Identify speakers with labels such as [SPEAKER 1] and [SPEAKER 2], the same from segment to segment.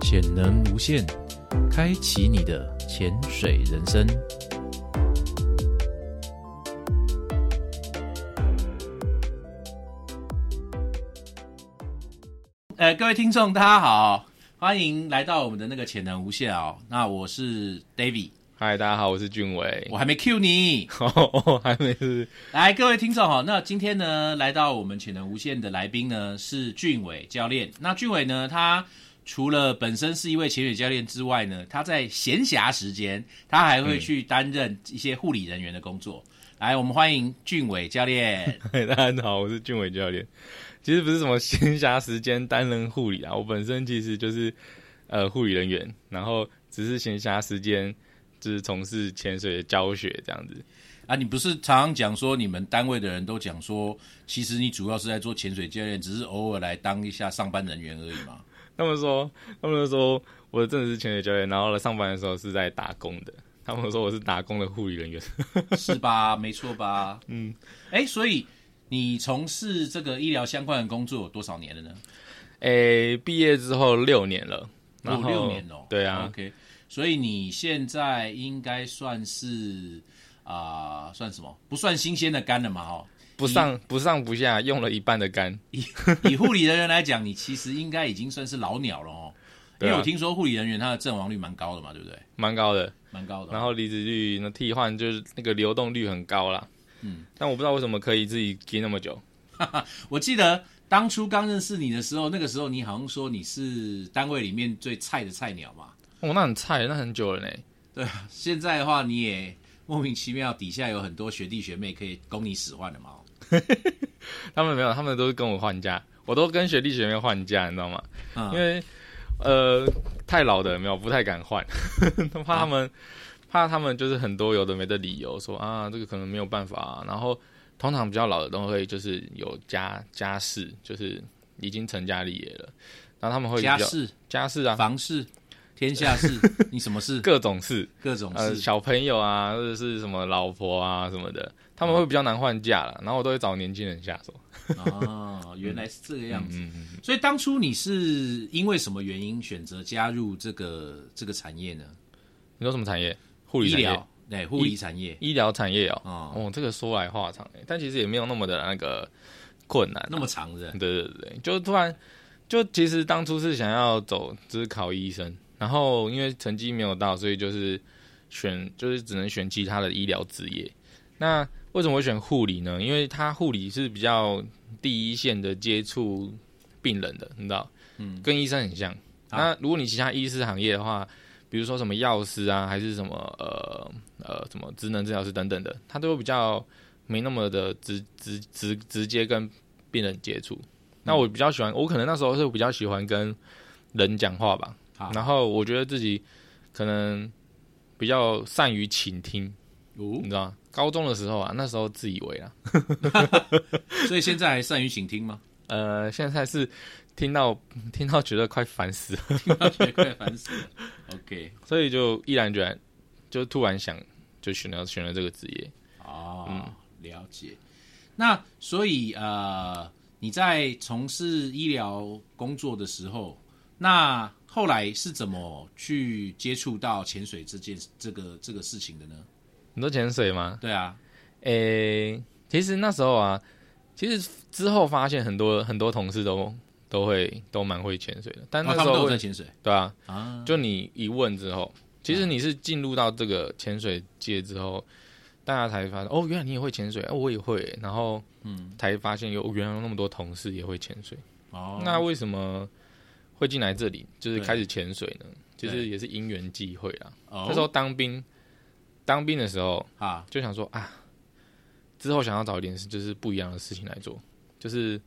[SPEAKER 1] 潜能无限，开启你的潜水人生。
[SPEAKER 2] 呃，各位听众，大家好，欢迎来到我们的那个潜能无限哦。那我是 David，
[SPEAKER 3] 嗨，大家好，我是俊伟
[SPEAKER 2] 我。还没 Q 你。
[SPEAKER 3] 哦，还没是
[SPEAKER 2] 来，各位听众哈，那今天呢，来到我们潜能无限的来宾呢是俊伟教练。那俊伟呢，他除了本身是一位潜水教练之外呢，他在闲暇时间，他还会去担任一些护理人员的工作。 来，我们欢迎俊伟教练。
[SPEAKER 3] 嗨，大家好，我是俊伟教练。其实不是什么闲暇时间担任护理啊，我本身其实就是呃护理人员，然后只是闲暇时间就是从事潜水的教学这样子。
[SPEAKER 2] 啊，你不是常常讲说你们单位的人都讲说，其实你主要是在做潜水教练，只是偶尔来当一下上班人员而已嘛？
[SPEAKER 3] 他们说，他们说我真的是潜水教练，然后来上班的时候是在打工的。他们说我是打工的护理人员，
[SPEAKER 2] 是吧？没错吧？嗯，哎，所以你从事这个医疗相关的工作有多少年了呢？
[SPEAKER 3] 诶、毕业之后六年了，然
[SPEAKER 2] 五
[SPEAKER 3] 后
[SPEAKER 2] 六年哦。
[SPEAKER 3] 对啊，
[SPEAKER 2] ，OK。所以你现在应该算是啊、算什么？不算新鲜的肝了嘛？ 哦，
[SPEAKER 3] 不上不上不下，用了一半的肝。
[SPEAKER 2] 以护理人员来讲，你其实应该已经算是老鸟了哦。因
[SPEAKER 3] 对啊
[SPEAKER 2] 为我听说护理人员他的阵亡率蛮高的嘛，对不对？
[SPEAKER 3] 蛮高的，
[SPEAKER 2] 蛮高的哦。
[SPEAKER 3] 然后离职率、那替换就是那个流动率很高啦。嗯，但我不知道为什么可以自己憋那么久。
[SPEAKER 2] 我记得当初刚认识你的时候，那个时候你好像说你是单位里面最菜的菜鸟嘛。
[SPEAKER 3] 哦，那很菜，那很久了呢。
[SPEAKER 2] 对啊，现在的话你也莫名其妙底下有很多学弟学妹可以供你使唤的嘛。哦
[SPEAKER 3] 他们没有，他们都是跟我换假，我都跟学弟学妹换假，你知道吗？
[SPEAKER 2] 嗯
[SPEAKER 3] 因为呃太老的没有，不太敢换， 怕他们、怕他们就是很多有的没的理由说啊，这个可能没有办法、啊。然后通常比较老的都会就是有家家室，就是已经成家立业了，然后他们会比较
[SPEAKER 2] 家事、
[SPEAKER 3] 家室啊，
[SPEAKER 2] 房事、天下事， 你什么事？各
[SPEAKER 3] 各种事。
[SPEAKER 2] 各种
[SPEAKER 3] 呃，
[SPEAKER 2] 事。
[SPEAKER 3] 小朋友啊，或者是什么老婆啊什么的，他们会比较难换假了，然后我都会找年轻人下手。
[SPEAKER 2] 哦，原来是这个样子。
[SPEAKER 3] 嗯
[SPEAKER 2] 所以当初你是因为什么原因选择加入这个这个产业呢？
[SPEAKER 3] 你说什么产业？护理
[SPEAKER 2] 医
[SPEAKER 3] 产
[SPEAKER 2] 疗
[SPEAKER 3] 业、，
[SPEAKER 2] 对，护理产业
[SPEAKER 3] 医疗产业哦。
[SPEAKER 2] 哦
[SPEAKER 3] 哦，这个说来话长、欸，但其实也没有那么的那个困难啊、
[SPEAKER 2] 那么长的。
[SPEAKER 3] 对对对，就突然就其实当初是想要走就是考医生，然后因为成绩没有到，所以就是选就是只能选其他的医疗职业。那为什么会选护理呢？因为它护理是比较第一线的接触病人的，你知道，嗯，跟医生很像。那如果你其他医师行业的话，比如说什么药师啊，还是什么呃呃什么职能治疗师等等的，它都比较没那么的直直直直接跟病人接触。那我比较喜欢，我可能那时候是比较喜欢跟人讲话吧
[SPEAKER 2] 好。
[SPEAKER 3] 然后我觉得自己可能比较善于倾听，
[SPEAKER 2] 哦
[SPEAKER 3] 你，知道吗？高中的时候啊，那时候自以为啊，
[SPEAKER 2] 所以现在还善于倾听 吗？
[SPEAKER 3] 呃，现在是听到听到觉得快烦死了，
[SPEAKER 2] 觉得快烦死了。OK，
[SPEAKER 3] 所以就毅然决然，就突然想就选了选了这个职业。
[SPEAKER 2] 哦，
[SPEAKER 3] 嗯
[SPEAKER 2] 了解。那所以呃，你在从事医疗工作的时候，那后来是怎么去接触到潜水这件这个这个事情的呢？
[SPEAKER 3] 你说潜水吗？
[SPEAKER 2] 对啊，
[SPEAKER 3] 诶、其实那时候啊，其实之后发现很多很多同事都都会都蛮会潜水的，但
[SPEAKER 2] 哦
[SPEAKER 3] 那时
[SPEAKER 2] 他们
[SPEAKER 3] 候
[SPEAKER 2] 都有
[SPEAKER 3] 会、
[SPEAKER 2] 在潜水
[SPEAKER 3] 对啊，
[SPEAKER 2] 啊，
[SPEAKER 3] 就你一问之后，其实你是进入到这个潜水界之后，大家才发现哦，原来你也会潜水，哦，我也会，然后嗯，才发现有原来有那么多同事也会潜水。
[SPEAKER 2] 哦，
[SPEAKER 3] 那为什么会进来这里，就是
[SPEAKER 2] 对
[SPEAKER 3] 开始潜水呢？其
[SPEAKER 2] 对
[SPEAKER 3] 实也是因缘际会啦。
[SPEAKER 2] 哦
[SPEAKER 3] 那时候当兵，当兵的时候
[SPEAKER 2] 啊，
[SPEAKER 3] 就想说啊，之后想要找一点事，就是不一样的事情来做，就是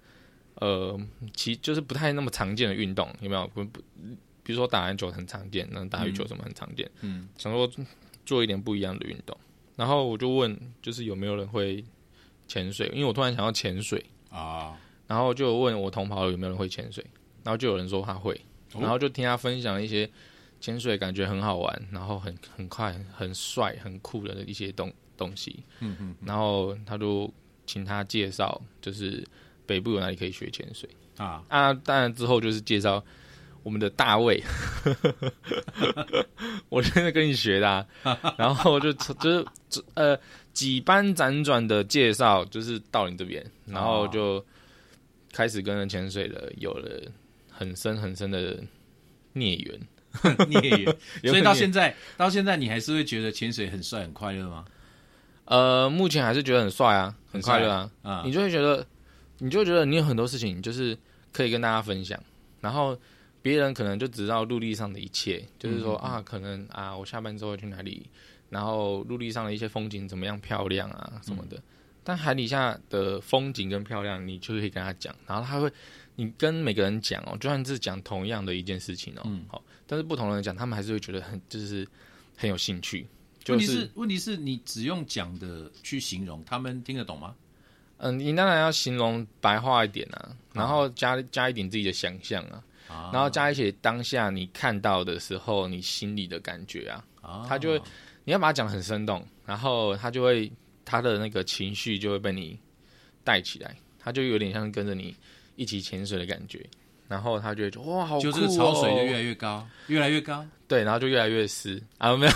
[SPEAKER 3] 呃，其就是不太那么常见的运动，有没有？不不，比如说打篮球很常见，那打羽球什么很常见，
[SPEAKER 2] 嗯，
[SPEAKER 3] 想说做一点不一样的运动。然后我就问，就是有没有人会潜水？因为我突然想要潜水，
[SPEAKER 2] 啊，
[SPEAKER 3] 然后就有问我同袍有没有人会潜水，然后就有人说他会，
[SPEAKER 2] 哦
[SPEAKER 3] 然后就听他分享一些潜水感觉很好玩，然后很很快、很帅、很酷的一些东东西。
[SPEAKER 2] 嗯嗯
[SPEAKER 3] 然后他就请他介绍，就是北部有哪里可以学潜水
[SPEAKER 2] 啊，
[SPEAKER 3] 啊。当然之后就是介绍我们的大卫，我真的跟你学的、啊。然后就就是呃几班辗转的介绍，就是到你这边，然后就开始跟人潜水了，有了很深很深的孽缘。
[SPEAKER 2] 你也，所以到现
[SPEAKER 3] 在，
[SPEAKER 2] 在，到现在你还是会觉得潜水很帅、很快乐吗？
[SPEAKER 3] 呃，目前还是觉得很帅啊，很快乐啊。
[SPEAKER 2] 啊
[SPEAKER 3] 你，就会觉得，你就会觉得你有很多事情就是可以跟大家分享，然后别人可能就只知道陆地上的一切，就是说、
[SPEAKER 2] 嗯
[SPEAKER 3] 啊，可能啊，我下班之后去哪里，然后陆地上的一些风景怎么样漂亮啊什么的。
[SPEAKER 2] 嗯
[SPEAKER 3] 但海底下的风景跟漂亮，你就可以跟他讲，然后他会，你跟每个人讲哦，就算是讲同样的一件事情哦，
[SPEAKER 2] 嗯
[SPEAKER 3] 好，但是不同人讲，他们还是会觉得很就是很有兴趣，就
[SPEAKER 2] 问题
[SPEAKER 3] 是
[SPEAKER 2] 是，问题是你只用讲的去形容，他们听得懂吗？
[SPEAKER 3] 嗯，你当然要形容白话一点啊，然后加加一点自己的想象啊，
[SPEAKER 2] 啊，
[SPEAKER 3] 然后加一些当下你看到的时候你心里的感觉啊，
[SPEAKER 2] 啊
[SPEAKER 3] 他就会你要把它讲得很生动，然后他就会他的那个情绪就会被你带起来，他就有点像跟着你一起潜水的感觉，然后他就会觉得哇好酷、
[SPEAKER 2] 就
[SPEAKER 3] 哦，
[SPEAKER 2] 这个潮水就越来越 高，越来越高。
[SPEAKER 3] 对，然后就越来越湿啊， 没有，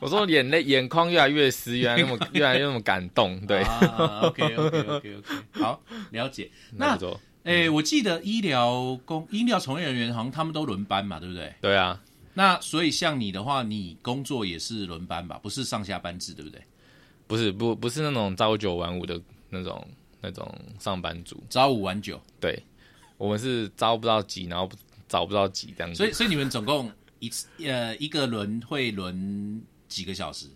[SPEAKER 3] 我说眼泪眼眶越来越湿，越来越那么越来越那么感动，对，
[SPEAKER 2] 啊，OK OK OK OK，好，了解。
[SPEAKER 3] 那嗯
[SPEAKER 2] 那
[SPEAKER 3] 不错，
[SPEAKER 2] 诶、我记得医疗工医疗从业人员好像他们都轮班嘛，对不对？
[SPEAKER 3] 对啊。
[SPEAKER 2] 那所以像你的话，你工作也是轮班吧？不是上下班制，对不对？
[SPEAKER 3] 不是不不是那种朝九晚五的那种那种上班族，
[SPEAKER 2] 朝五晚九，
[SPEAKER 3] 对我们是招不到几，然后不找不到几这样子。
[SPEAKER 2] 所以所以你们总共一次呃一个轮会轮几个小时？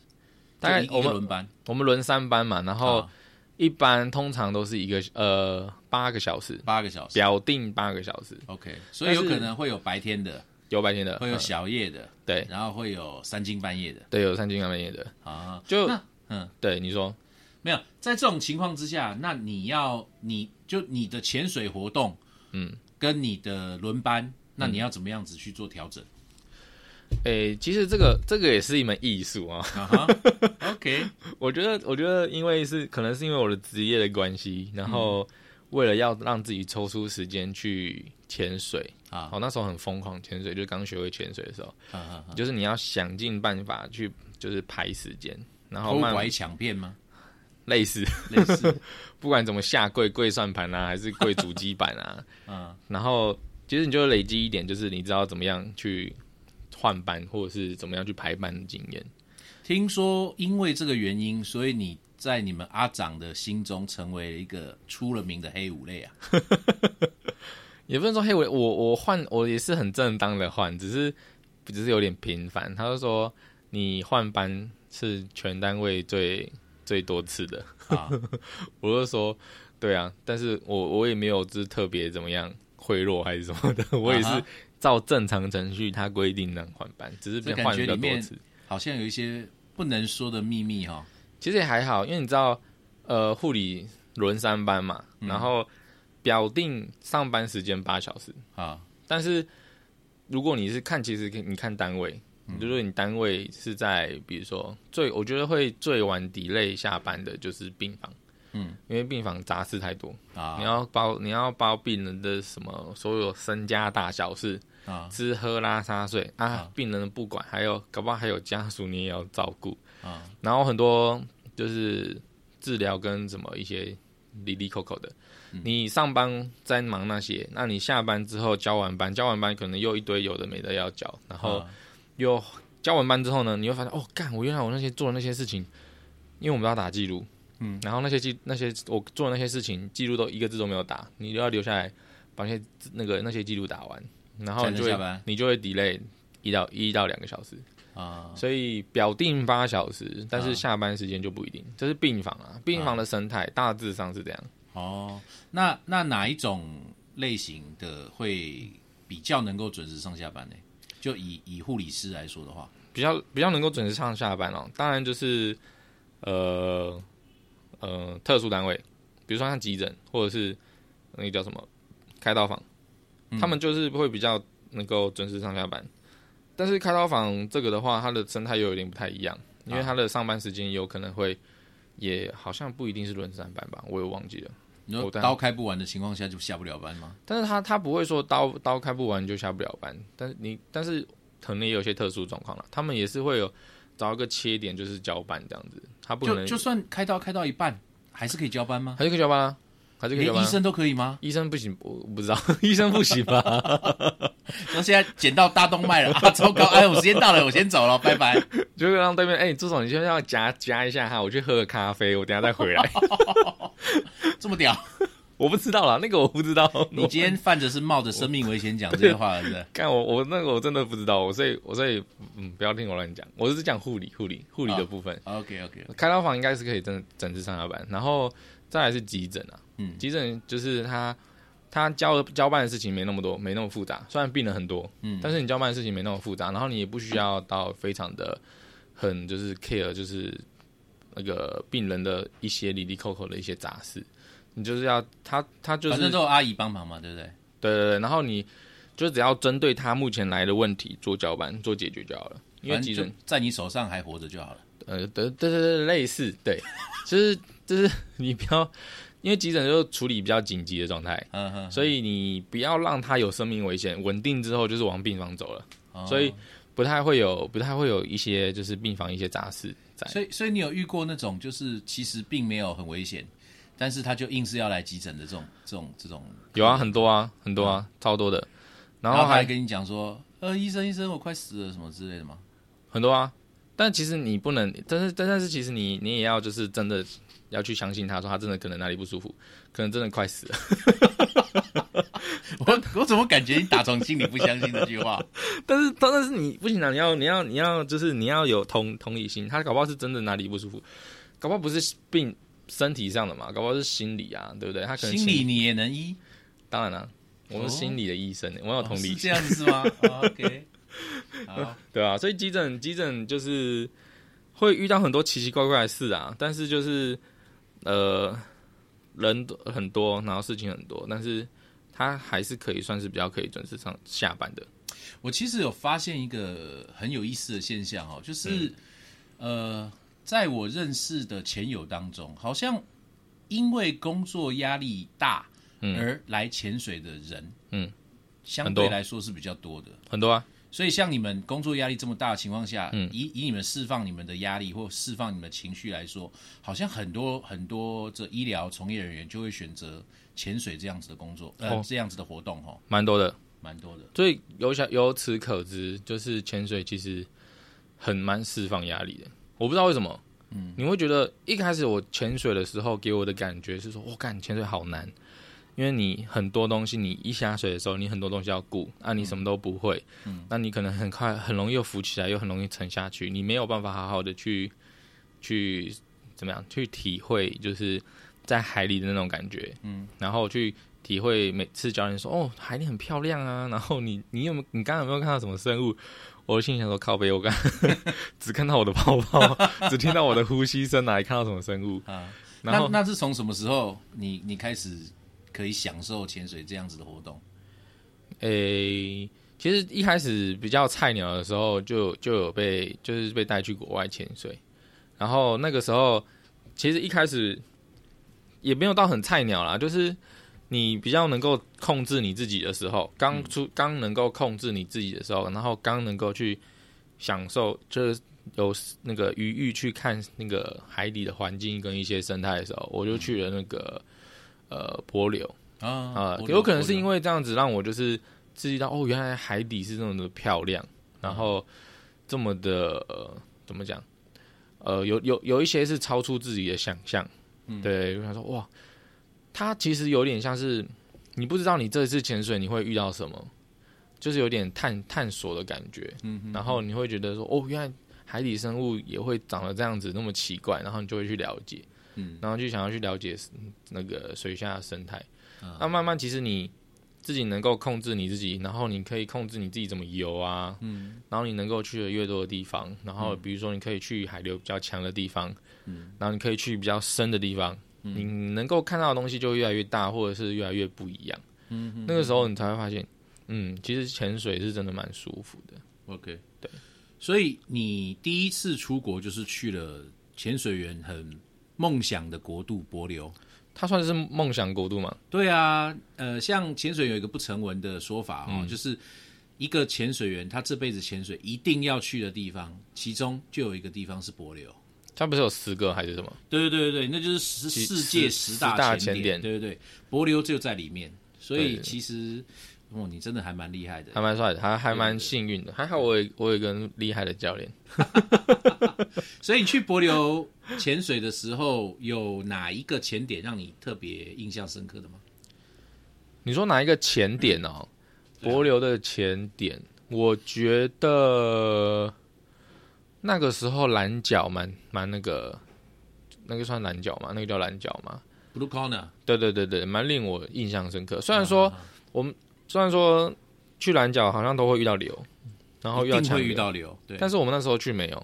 [SPEAKER 3] 大概
[SPEAKER 2] 就一
[SPEAKER 3] 我
[SPEAKER 2] 一个
[SPEAKER 3] 们哦
[SPEAKER 2] 轮班，
[SPEAKER 3] 我们轮三班嘛，然后
[SPEAKER 2] 啊
[SPEAKER 3] 一般通常都是一个呃八个小时，
[SPEAKER 2] 八个小时。
[SPEAKER 3] 表定八个小时，
[SPEAKER 2] OK，所以有
[SPEAKER 3] 但是
[SPEAKER 2] 可能会有白天的，
[SPEAKER 3] 有白天的，
[SPEAKER 2] 哦会有
[SPEAKER 3] 嗯
[SPEAKER 2] 小夜的，
[SPEAKER 3] 对
[SPEAKER 2] 然后会有三更半夜的
[SPEAKER 3] 对有三更半夜的，
[SPEAKER 2] 啊。
[SPEAKER 3] 就
[SPEAKER 2] 那嗯，
[SPEAKER 3] 对你说
[SPEAKER 2] 没有，在这种情况之下，那你要你就你的潜水活动，
[SPEAKER 3] 嗯，
[SPEAKER 2] 跟你的轮班，那你要怎么样子去做调整？
[SPEAKER 3] 诶、其实这个这个也是一门艺术啊。
[SPEAKER 2] 啊哈，OK，
[SPEAKER 3] 我觉得，我觉得，因为是可能是因为我的职业的关系，然
[SPEAKER 2] 嗯
[SPEAKER 3] 后为了要让自己抽出时间去潜水
[SPEAKER 2] 啊
[SPEAKER 3] 我那时候很疯狂潜水，就是刚学会潜水的时候，
[SPEAKER 2] 啊啊啊，
[SPEAKER 3] 就是你要想尽办法去就是排时间，然后
[SPEAKER 2] 偷
[SPEAKER 3] 慢
[SPEAKER 2] 拐抢骗吗？
[SPEAKER 3] 类似，
[SPEAKER 2] 类似，
[SPEAKER 3] 不管怎么下跪跪算盘啊，还是跪主机板啊，
[SPEAKER 2] 嗯
[SPEAKER 3] 然后其实你就累积一点，就是你知道怎么样去换班，或者是怎么样去排班的经验。
[SPEAKER 2] 听说因为这个原因，所以你在你们阿长的心中成为了一个出了名的黑五类啊。
[SPEAKER 3] 也不能说黑我我我换我也是很正当的换，只是只是有点频繁。他就说你换班是全单位最最多次的，
[SPEAKER 2] 啊
[SPEAKER 3] 我就说对啊，但是我我也没有就是特别怎么样贿赂还是什么的，我也
[SPEAKER 2] 啊
[SPEAKER 3] 是
[SPEAKER 2] 哈
[SPEAKER 3] 照正常程序他规定那样换班，只是
[SPEAKER 2] 这
[SPEAKER 3] 被
[SPEAKER 2] 感
[SPEAKER 3] 换
[SPEAKER 2] 觉
[SPEAKER 3] 比较
[SPEAKER 2] 里
[SPEAKER 3] 多
[SPEAKER 2] 面
[SPEAKER 3] 次。
[SPEAKER 2] 好像有一些不能说的秘密哈、
[SPEAKER 3] 其实也还好，因为你知道，呃，护理轮三班嘛，
[SPEAKER 2] 嗯
[SPEAKER 3] 然后表定上班时间八小时，
[SPEAKER 2] 啊，
[SPEAKER 3] 但是如果你是看，其实你看单位，
[SPEAKER 2] 嗯
[SPEAKER 3] 如果你单位是在比如说最，我觉得会最晚 delay 下班的就是病房，
[SPEAKER 2] 嗯，
[SPEAKER 3] 因为病房杂事太多，
[SPEAKER 2] 啊
[SPEAKER 3] 你要包你要包病人的什么所有身家大小事，
[SPEAKER 2] 啊
[SPEAKER 3] 吃喝拉撒睡啊，
[SPEAKER 2] 啊
[SPEAKER 3] 病人不管，还有搞不好还有家属你也要照顾，
[SPEAKER 2] 啊
[SPEAKER 3] 然后很多就是治疗跟什么一些里里扣扣的。
[SPEAKER 2] 嗯
[SPEAKER 3] 你上班在忙那些，那你下班之后交完班，交完班可能又一堆有的没的要交，然后
[SPEAKER 2] 啊
[SPEAKER 3] 又交完班之后呢，你会发现哦，干我原来我那些做的那些事情，因为我们都要打记录，
[SPEAKER 2] 嗯，
[SPEAKER 3] 然后那些记那些我做的那些事情记录都一个字都没有打，你都要留下来把那些那个那些记录打完，然后
[SPEAKER 2] 才
[SPEAKER 3] 你
[SPEAKER 2] 能
[SPEAKER 3] 就
[SPEAKER 2] 下
[SPEAKER 3] 会
[SPEAKER 2] 班
[SPEAKER 3] 你就会 delay 一到一到两个小时，
[SPEAKER 2] 啊，
[SPEAKER 3] 所以表定八小时，但
[SPEAKER 2] 啊
[SPEAKER 3] 是下班时间就不一定。这是病房啊，病房的生态大致上是这样。
[SPEAKER 2] 哦，那那哪一种类型的会比较能够准时上下班呢？就以以护理师来说的话，
[SPEAKER 3] 比较比较能够准时上下班哦。当然就是呃呃特殊单位，比如说像急诊或者是那个叫什么开刀房，
[SPEAKER 2] 嗯
[SPEAKER 3] 他们就是会比较能够准时上下班。但是开刀房这个的话，它的生态又有点不太一样，因为
[SPEAKER 2] 啊
[SPEAKER 3] 它的上班时间有可能会也好像不一定是轮上班吧，我也忘记了。
[SPEAKER 2] 你说
[SPEAKER 3] 我当
[SPEAKER 2] 刀开不完的情况下就下不了班吗？
[SPEAKER 3] 但是他他不会说刀刀开不完就下不了班，但是你但是可能也有些特殊状况了，他们也是会有找一个切点就是交班这样子，他不可
[SPEAKER 2] 就
[SPEAKER 3] 能
[SPEAKER 2] 就算开刀开到一半，还是可以交班吗？
[SPEAKER 3] 还是可以交班啊，还是可以交
[SPEAKER 2] 连
[SPEAKER 3] 班、
[SPEAKER 2] 医
[SPEAKER 3] 啊。
[SPEAKER 2] 生都可以吗？
[SPEAKER 3] 医生不行，我我不知道， 医生不行吧？
[SPEAKER 2] 那现在剪到大动脉了啊！糟糕，哎，我时间到了，我先走了，拜拜。
[SPEAKER 3] 就是让对面哎，朱总，你先要夹夹一下哈，我去喝个咖啡，我等一下再回来。
[SPEAKER 2] 这么屌，
[SPEAKER 3] 我不知道啦，那 个我不知道。
[SPEAKER 2] 你今天犯着是冒着生命危险讲这些话，是不是？
[SPEAKER 3] 看我我那个我真的不知道，我所以我所以嗯，不要听我乱讲，我是讲护理护理护理的
[SPEAKER 2] 啊
[SPEAKER 3] 部分。
[SPEAKER 2] OK OK，
[SPEAKER 3] 开刀房应该是可以真的整治上下班，然后再来是急诊啊，
[SPEAKER 2] 嗯
[SPEAKER 3] 急诊就是他他交交办的事情没那么多，没那么复杂，虽然病人很多，
[SPEAKER 2] 嗯，
[SPEAKER 3] 但是你交办的事情没那么复杂，然后你也不需要到非常的很就是 care 就是那个病人的一些里里扣扣的一些杂事，你就是要他他就是
[SPEAKER 2] 反正都有阿姨帮忙嘛，对不对？
[SPEAKER 3] 对对对，然后你就只要针对他目前来的问题做交办做解决就好了，因为
[SPEAKER 2] 反
[SPEAKER 3] 急
[SPEAKER 2] 正就
[SPEAKER 3] 诊
[SPEAKER 2] 在你手上还活着就好了。
[SPEAKER 3] 呃，对对对对，类似，对，就是就是 你不要，因为急诊就处理比较紧急的状态，
[SPEAKER 2] 嗯哼，
[SPEAKER 3] 所以你不要让他有生命危险，稳定之后就是往病房走了，
[SPEAKER 2] 哦
[SPEAKER 3] 所以不太会有不太会有一些就是病房一些杂事在。
[SPEAKER 2] 所以所以你有遇过那种就是其实并没有很危险，但是他就硬是要来急诊的这种这种这种，
[SPEAKER 3] 有啊，很多啊，很多啊，超多的，
[SPEAKER 2] 然
[SPEAKER 3] 然后
[SPEAKER 2] 后他
[SPEAKER 3] 还
[SPEAKER 2] 还跟你讲说，呃，医生医生，我快死了什么之类的吗？
[SPEAKER 3] 很多啊，但其实你不能，但是但但是其实你你也要就是真的要去相信他说他真的可能哪里不舒服，可能真的快死了，
[SPEAKER 2] 我 我怎么感觉你打从心里不相信这句话？
[SPEAKER 3] 但是但但是你不行啊，你要你要你要就是你要有同同理心，他搞不好是真的哪里不舒服，搞不好不是病身体上的嘛，搞不好是心理啊，对不对？他可能
[SPEAKER 2] 心理你也能医，
[SPEAKER 3] 当然啦、我们是心理的医生、我有同理
[SPEAKER 2] 哦是这
[SPEAKER 3] 心，
[SPEAKER 2] 样子是吗哦？OK，好，
[SPEAKER 3] 对啊，所以急诊急诊就是会遇到很多奇奇怪怪的事啊，但是就是呃人多很多，然后事情很多，但是他还是可以算是比较可以准时上下班的。
[SPEAKER 2] 我其实有发现一个很有意思的现象哦，就是、
[SPEAKER 3] 嗯
[SPEAKER 2] 呃，在我认识的前友当中，好像因为工作压力大
[SPEAKER 3] 嗯
[SPEAKER 2] 而来潜水的人，
[SPEAKER 3] 嗯，
[SPEAKER 2] 相
[SPEAKER 3] 很多
[SPEAKER 2] 对来说是比较多的。
[SPEAKER 3] 很多啊，
[SPEAKER 2] 所以，像你们工作压力这么大的情况下，
[SPEAKER 3] 嗯
[SPEAKER 2] 以以你们释放你们的压力或释放你们的情绪来说，好像很多很多这医疗从业人员就会选择潜水这样子的工作，呃，
[SPEAKER 3] 哦
[SPEAKER 2] 这样子的活动哦，
[SPEAKER 3] 蛮多的。
[SPEAKER 2] 蛮多的。
[SPEAKER 3] 所以由想由此可知，就是潜水其实很蛮释放压力的。我不知道为什么，嗯，你会觉得一开始我潜水的时候给我的感觉是说，我干潜水好难，因为你很多东西，你一下水的时候，你很多东西要顾，啊，你什么都不会，嗯，那你可能很快很容易又浮起来，又很容易沉下去，你没有办法好好的去去怎么样去体会，就是在海里的那种感觉，嗯，然后去体会每次教练说哦海里很漂亮啊， 然后你你有没有你刚刚有没有看到什么生物？我心里想说靠北，我刚 只看到我的泡泡， 只听到我的呼吸声，哪啊里看到什么生物？然
[SPEAKER 2] 那
[SPEAKER 3] 后
[SPEAKER 2] 那是从什么时候你你开始可以享受潜水这样子的活动？
[SPEAKER 3] 诶、其实一开始比较菜鸟的时候就，就有被就是被带去国外潜水，然后那个时候其实一开始也没有到很菜鸟啦，就是你比较能够控制你自己的时候，刚出刚能够控制你自己的时候，然后刚能够去享受，就是有那个余裕去看那个海底的环境跟一些生态的时候，我就去了那个呃波流。
[SPEAKER 2] 啊
[SPEAKER 3] 啊、
[SPEAKER 2] 我
[SPEAKER 3] 有可能是因
[SPEAKER 2] 我
[SPEAKER 3] 为这样子让我就是刺激到哦，原来海底是这么的漂亮，然后这么的、呃、怎么讲？呃，有有有一些是超出自己的想象，
[SPEAKER 2] 嗯
[SPEAKER 3] 对，我想说哇，它其实有点像是你不知道你这次潜水你会遇到什么，就是有点探探索的感觉，
[SPEAKER 2] 嗯哼，
[SPEAKER 3] 然后你会觉得说，哦，原来海底生物也会长得这样子那么奇怪，然后你就会去了解，
[SPEAKER 2] 嗯
[SPEAKER 3] 然后就想要去了解嗯那个水下的生态。
[SPEAKER 2] 嗯
[SPEAKER 3] 那慢慢其实你自己能够控制你自己，然后你可以控制你自己怎么游啊，
[SPEAKER 2] 嗯，
[SPEAKER 3] 然后你能够去的越多的地方，然后比如说你可以去海流比较强的地方，
[SPEAKER 2] 嗯，
[SPEAKER 3] 然后你可以去比较深的地方，你能够看到的东西就会越来越大，或者是越来越不一样。
[SPEAKER 2] 嗯
[SPEAKER 3] 那个时候你才会发现，嗯，其实潜水是真的蛮舒服的。
[SPEAKER 2] OK，对，所以你第一次出国就是去了潜水员很梦想的国度——帛琉。
[SPEAKER 3] 它算是梦想国度嘛？
[SPEAKER 2] 对啊，呃，像潜水有一个不成文的说法
[SPEAKER 3] 嗯
[SPEAKER 2] 哦，就是一个潜水员他这辈子潜水一定要去的地方，其中就有一个地方是帛琉。
[SPEAKER 3] 它不是有十个还是什么？
[SPEAKER 2] 对对对对，那就是世
[SPEAKER 3] 其
[SPEAKER 2] 世界
[SPEAKER 3] 十
[SPEAKER 2] 十
[SPEAKER 3] 十大
[SPEAKER 2] 大
[SPEAKER 3] 潜
[SPEAKER 2] 潜点，
[SPEAKER 3] 点
[SPEAKER 2] 对对对，帛琉就在里面，所以
[SPEAKER 3] 对
[SPEAKER 2] 其实哦，你真的还蛮厉害的
[SPEAKER 3] 还。蛮帅的，还还蛮幸运的。还好我有我有一个厉害的教练。
[SPEAKER 2] 所以你去帛琉潜水的时候，有哪一个潜点让你特别印象深刻的吗？
[SPEAKER 3] 你说哪一个潜点
[SPEAKER 2] 嗯啊
[SPEAKER 3] 哦？柏流的潜点，我觉得那个时候蓝角蛮蛮那个，那个算蓝角吗？那个叫蓝角吗？
[SPEAKER 2] Blue Corner，
[SPEAKER 3] 对对对对，蛮令我印象深刻。虽然说
[SPEAKER 2] 啊
[SPEAKER 3] 我们虽然说去蓝角好像都会遇到流，然后遇
[SPEAKER 2] 一
[SPEAKER 3] 到
[SPEAKER 2] 定
[SPEAKER 3] 强
[SPEAKER 2] 会
[SPEAKER 3] 流
[SPEAKER 2] 遇到流，对，
[SPEAKER 3] 但是我们那时候去没有，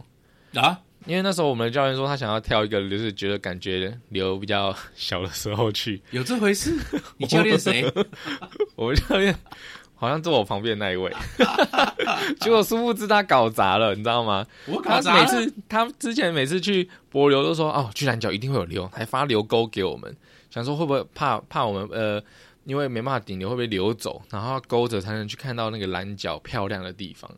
[SPEAKER 2] 啊，
[SPEAKER 3] 因为那时候我们的教练说他想要挑一个就是觉得感觉流比较小的时候去。
[SPEAKER 2] 有这回事？你教练 谁？
[SPEAKER 3] 我教练好像坐我旁边那一位， 结果殊不知他搞砸了，你知道吗？
[SPEAKER 2] 我
[SPEAKER 3] 他
[SPEAKER 2] 搞砸
[SPEAKER 3] 每
[SPEAKER 2] 了。
[SPEAKER 3] 次他之前每次去柏流都说哦，去南角一定会有流，还发流钩给我们，想说会不会怕怕我们呃，因为没办法顶流会被流走，然后要勾着才能去看到那个蓝角漂亮的地方。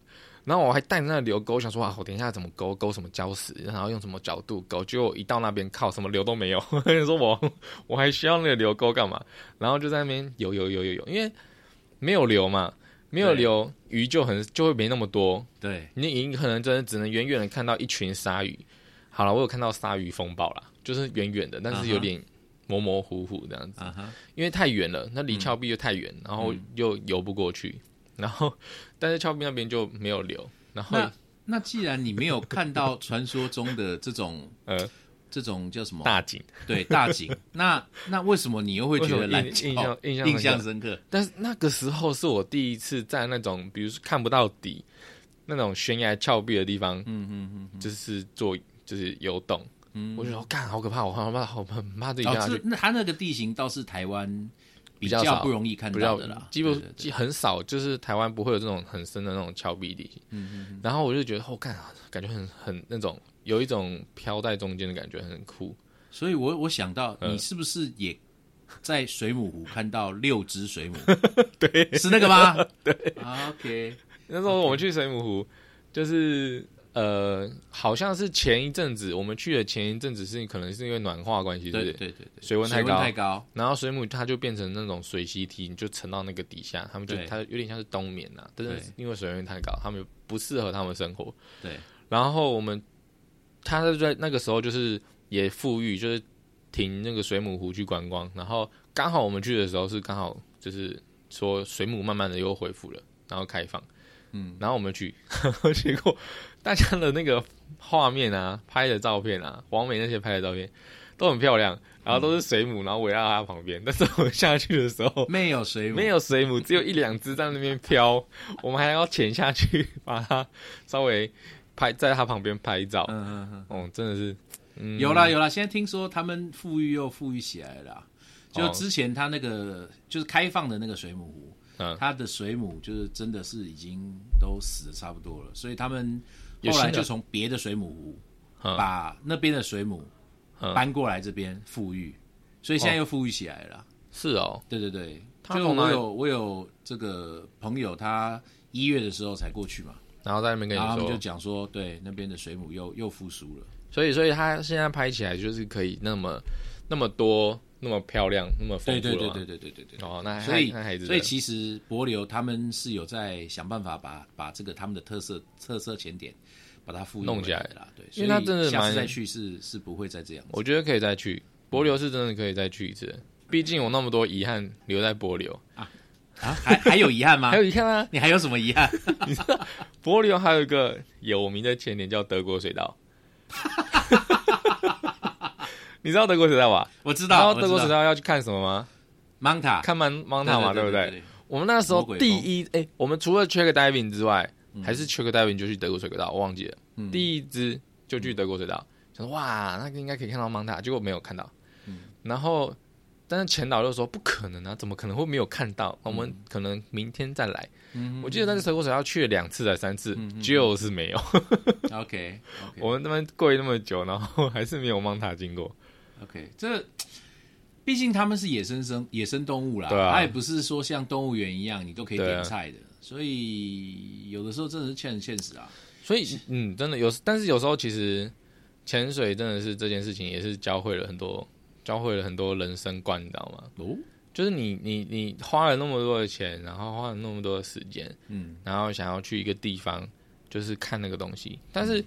[SPEAKER 3] 然后我还带着那个流钩，想说啊，我等一下怎么勾勾什么礁石，然后用什么角度勾，结果一到那边靠什么流都没有， 我说我我还需要那个流钩干嘛？然后就在那边游游游游游，因为没有流嘛，没有
[SPEAKER 2] 对
[SPEAKER 3] 流鱼就很就会没那么多，
[SPEAKER 2] 对，
[SPEAKER 3] 你你可能真的只能远远的看到一群鲨鱼。好了，我有看到鲨鱼风暴啦，就是远远的，但
[SPEAKER 2] 啊哈
[SPEAKER 3] 是有点模模糊糊这样子，
[SPEAKER 2] 啊哈，
[SPEAKER 3] 因为太远了，那离峭壁又太远，然后又
[SPEAKER 2] 嗯
[SPEAKER 3] 游不过去，然后 但是峭壁那边就没有流，然后
[SPEAKER 2] 那那既然你没有看到传说中的这种
[SPEAKER 3] 呃
[SPEAKER 2] 这种叫什么
[SPEAKER 3] 大景，
[SPEAKER 2] 对大景，那那为什么你又会觉得蓝
[SPEAKER 3] 为什
[SPEAKER 2] 角
[SPEAKER 3] 么印印象
[SPEAKER 2] 印
[SPEAKER 3] 印象深刻
[SPEAKER 2] 象深刻？
[SPEAKER 3] 但是那个时候是我第一次在那种比如说看不到底那种悬崖峭壁的地方，
[SPEAKER 2] 嗯嗯嗯
[SPEAKER 3] 就是做就是游动，
[SPEAKER 2] 嗯，
[SPEAKER 3] 我就说干好可怕，我好怕，好很怕自己掉下
[SPEAKER 2] 哦，
[SPEAKER 3] 去
[SPEAKER 2] 这。那他那个地形倒是台湾比
[SPEAKER 3] 比较
[SPEAKER 2] 较
[SPEAKER 3] 少
[SPEAKER 2] 不容易看
[SPEAKER 3] 比
[SPEAKER 2] 到的
[SPEAKER 3] 较
[SPEAKER 2] 啦，
[SPEAKER 3] 基本
[SPEAKER 2] 对对对
[SPEAKER 3] 基很少，就是台湾不会有这种很深的那种峭壁地形。
[SPEAKER 2] 嗯
[SPEAKER 3] 然后我就觉得，哦，干，感觉很很那种有一种飘在中间的感觉，很酷。
[SPEAKER 2] 所以我我想到，
[SPEAKER 3] 嗯
[SPEAKER 2] 你是不是也在水母湖看到六只水 母？对，是那个吗？对，OK，
[SPEAKER 3] 那时候我们去水母湖， 就是呃，好像是前一阵子我们去的前一阵子是可能是因为暖化关系，
[SPEAKER 2] 对对
[SPEAKER 3] 是不是？
[SPEAKER 2] 对对，
[SPEAKER 3] 水温太
[SPEAKER 2] 水
[SPEAKER 3] 高
[SPEAKER 2] 温太高，
[SPEAKER 3] 然后水母它就变成那种水吸梯，你就沉到那个底下，他们就
[SPEAKER 2] 对
[SPEAKER 3] 它有点像是冬眠呐、但是
[SPEAKER 2] 对
[SPEAKER 3] 因为水温太高，他们不适合他们生活，
[SPEAKER 2] 对，
[SPEAKER 3] 然后我们他在那个时候就是也富裕，就是停那个水母湖去观光，然后刚好我们去的时候是刚好就是说水母慢慢的又恢复了，然后开放，
[SPEAKER 2] 嗯，
[SPEAKER 3] 然后我们去， 结果大家的那个画面啊、拍的照片啊、王美那些拍的照片都很漂亮，然后都是水母，然后围绕它旁边，但是我们下去的时候。
[SPEAKER 2] 没有水母，
[SPEAKER 3] 没有水母，只有一两只在那边飘， 我们还要潜下去把它稍微拍在它旁边拍照。
[SPEAKER 2] 嗯，嗯嗯
[SPEAKER 3] 哦，真的是，嗯，
[SPEAKER 2] 有啦有啦，现在听说他们富裕又富裕起来了啦。就
[SPEAKER 3] 哦
[SPEAKER 2] 之前他那个就是开放的那个水母湖，
[SPEAKER 3] 嗯
[SPEAKER 2] 它的水母就是真的是已经都死的差不多了，所以他们
[SPEAKER 3] 有
[SPEAKER 2] 后
[SPEAKER 3] 新
[SPEAKER 2] 来
[SPEAKER 3] 的
[SPEAKER 2] 就从别的水母湖
[SPEAKER 3] 嗯
[SPEAKER 2] 把那边的水母
[SPEAKER 3] 嗯
[SPEAKER 2] 搬过来这边富裕，所以现在又富裕起来了啦。
[SPEAKER 3] 是哦，
[SPEAKER 2] 对对对，
[SPEAKER 3] 他
[SPEAKER 2] 就
[SPEAKER 3] 从哪
[SPEAKER 2] 我
[SPEAKER 3] 里
[SPEAKER 2] 有我有这个朋友，他一月的时候才过去嘛，
[SPEAKER 3] 然后在那边跟
[SPEAKER 2] 然后他
[SPEAKER 3] 你
[SPEAKER 2] 们就
[SPEAKER 3] 说，
[SPEAKER 2] 讲说，对那边的水母又又复苏了。
[SPEAKER 3] 所以所以它现在拍起来就是可以那么那么多，那么漂亮，那么丰
[SPEAKER 2] 对
[SPEAKER 3] 富
[SPEAKER 2] 对
[SPEAKER 3] 了
[SPEAKER 2] 对
[SPEAKER 3] 嘛
[SPEAKER 2] 对对对对对。
[SPEAKER 3] 哦，那还
[SPEAKER 2] 所以
[SPEAKER 3] 那还，值得
[SPEAKER 2] 所以其实柏流他们是有在想办法把把这个他们的特色特色前点把它复
[SPEAKER 3] 弄起
[SPEAKER 2] 起
[SPEAKER 3] 来
[SPEAKER 2] 来啦，对，
[SPEAKER 3] 因为它真
[SPEAKER 2] 所以
[SPEAKER 3] 的
[SPEAKER 2] 下
[SPEAKER 3] 蛮
[SPEAKER 2] 次再去是是不会再这样子。
[SPEAKER 3] 我觉得可以再去，柏流是真的可以再去一次，毕竟有那么多遗憾留在柏流。
[SPEAKER 2] 啊，还还有遗憾吗
[SPEAKER 3] 还？有你看啊，
[SPEAKER 2] 你还有什么遗憾？
[SPEAKER 3] 柏流还有一个有名的前年叫德国水稻， 你知道德国水稻吧？
[SPEAKER 2] 我知
[SPEAKER 3] 知
[SPEAKER 2] 道，
[SPEAKER 3] 哦德国水稻要去看什么吗？
[SPEAKER 2] Manta，
[SPEAKER 3] 看曼芒塔嘛，对不对？？我们那时
[SPEAKER 2] 魔
[SPEAKER 3] 候
[SPEAKER 2] 鬼
[SPEAKER 3] 第
[SPEAKER 2] 风
[SPEAKER 3] 一，哎、我们除了 check diving 之外，还是 check diving 就去德国水稻，我忘记了。
[SPEAKER 2] 嗯
[SPEAKER 3] 第一支就去德国水稻，想说哇，那个应该可以看到芒塔，结果没有看到。
[SPEAKER 2] 嗯
[SPEAKER 3] 然后，但是前导就说不可能啊，怎么可能会没有看到？我们可能明天再来。
[SPEAKER 2] 嗯
[SPEAKER 3] 我记得那次德国水稻去了两次还是三次，
[SPEAKER 2] 嗯嗯嗯
[SPEAKER 3] 就是没有。
[SPEAKER 2] OK OK
[SPEAKER 3] 我们那边跪那么久，然后还是没有芒塔经过。
[SPEAKER 2] OK，这毕竟他们是野生生野生动物啦，
[SPEAKER 3] 对啊
[SPEAKER 2] 它也不是说像动物园一样你都可以
[SPEAKER 3] 对啊
[SPEAKER 2] 点菜的，所以有的时候真的是欠很现实啊。
[SPEAKER 3] 所以，嗯，真的有，但是有时候其实潜水真的是这件事情，也是教会了很多，教会了很多人生观，你知道吗？
[SPEAKER 2] 哦，
[SPEAKER 3] 就是你你你花了那么多的钱，然后花了那么多的时间，
[SPEAKER 2] 嗯，
[SPEAKER 3] 然后想要去一个地方，就是看那个东西。但是，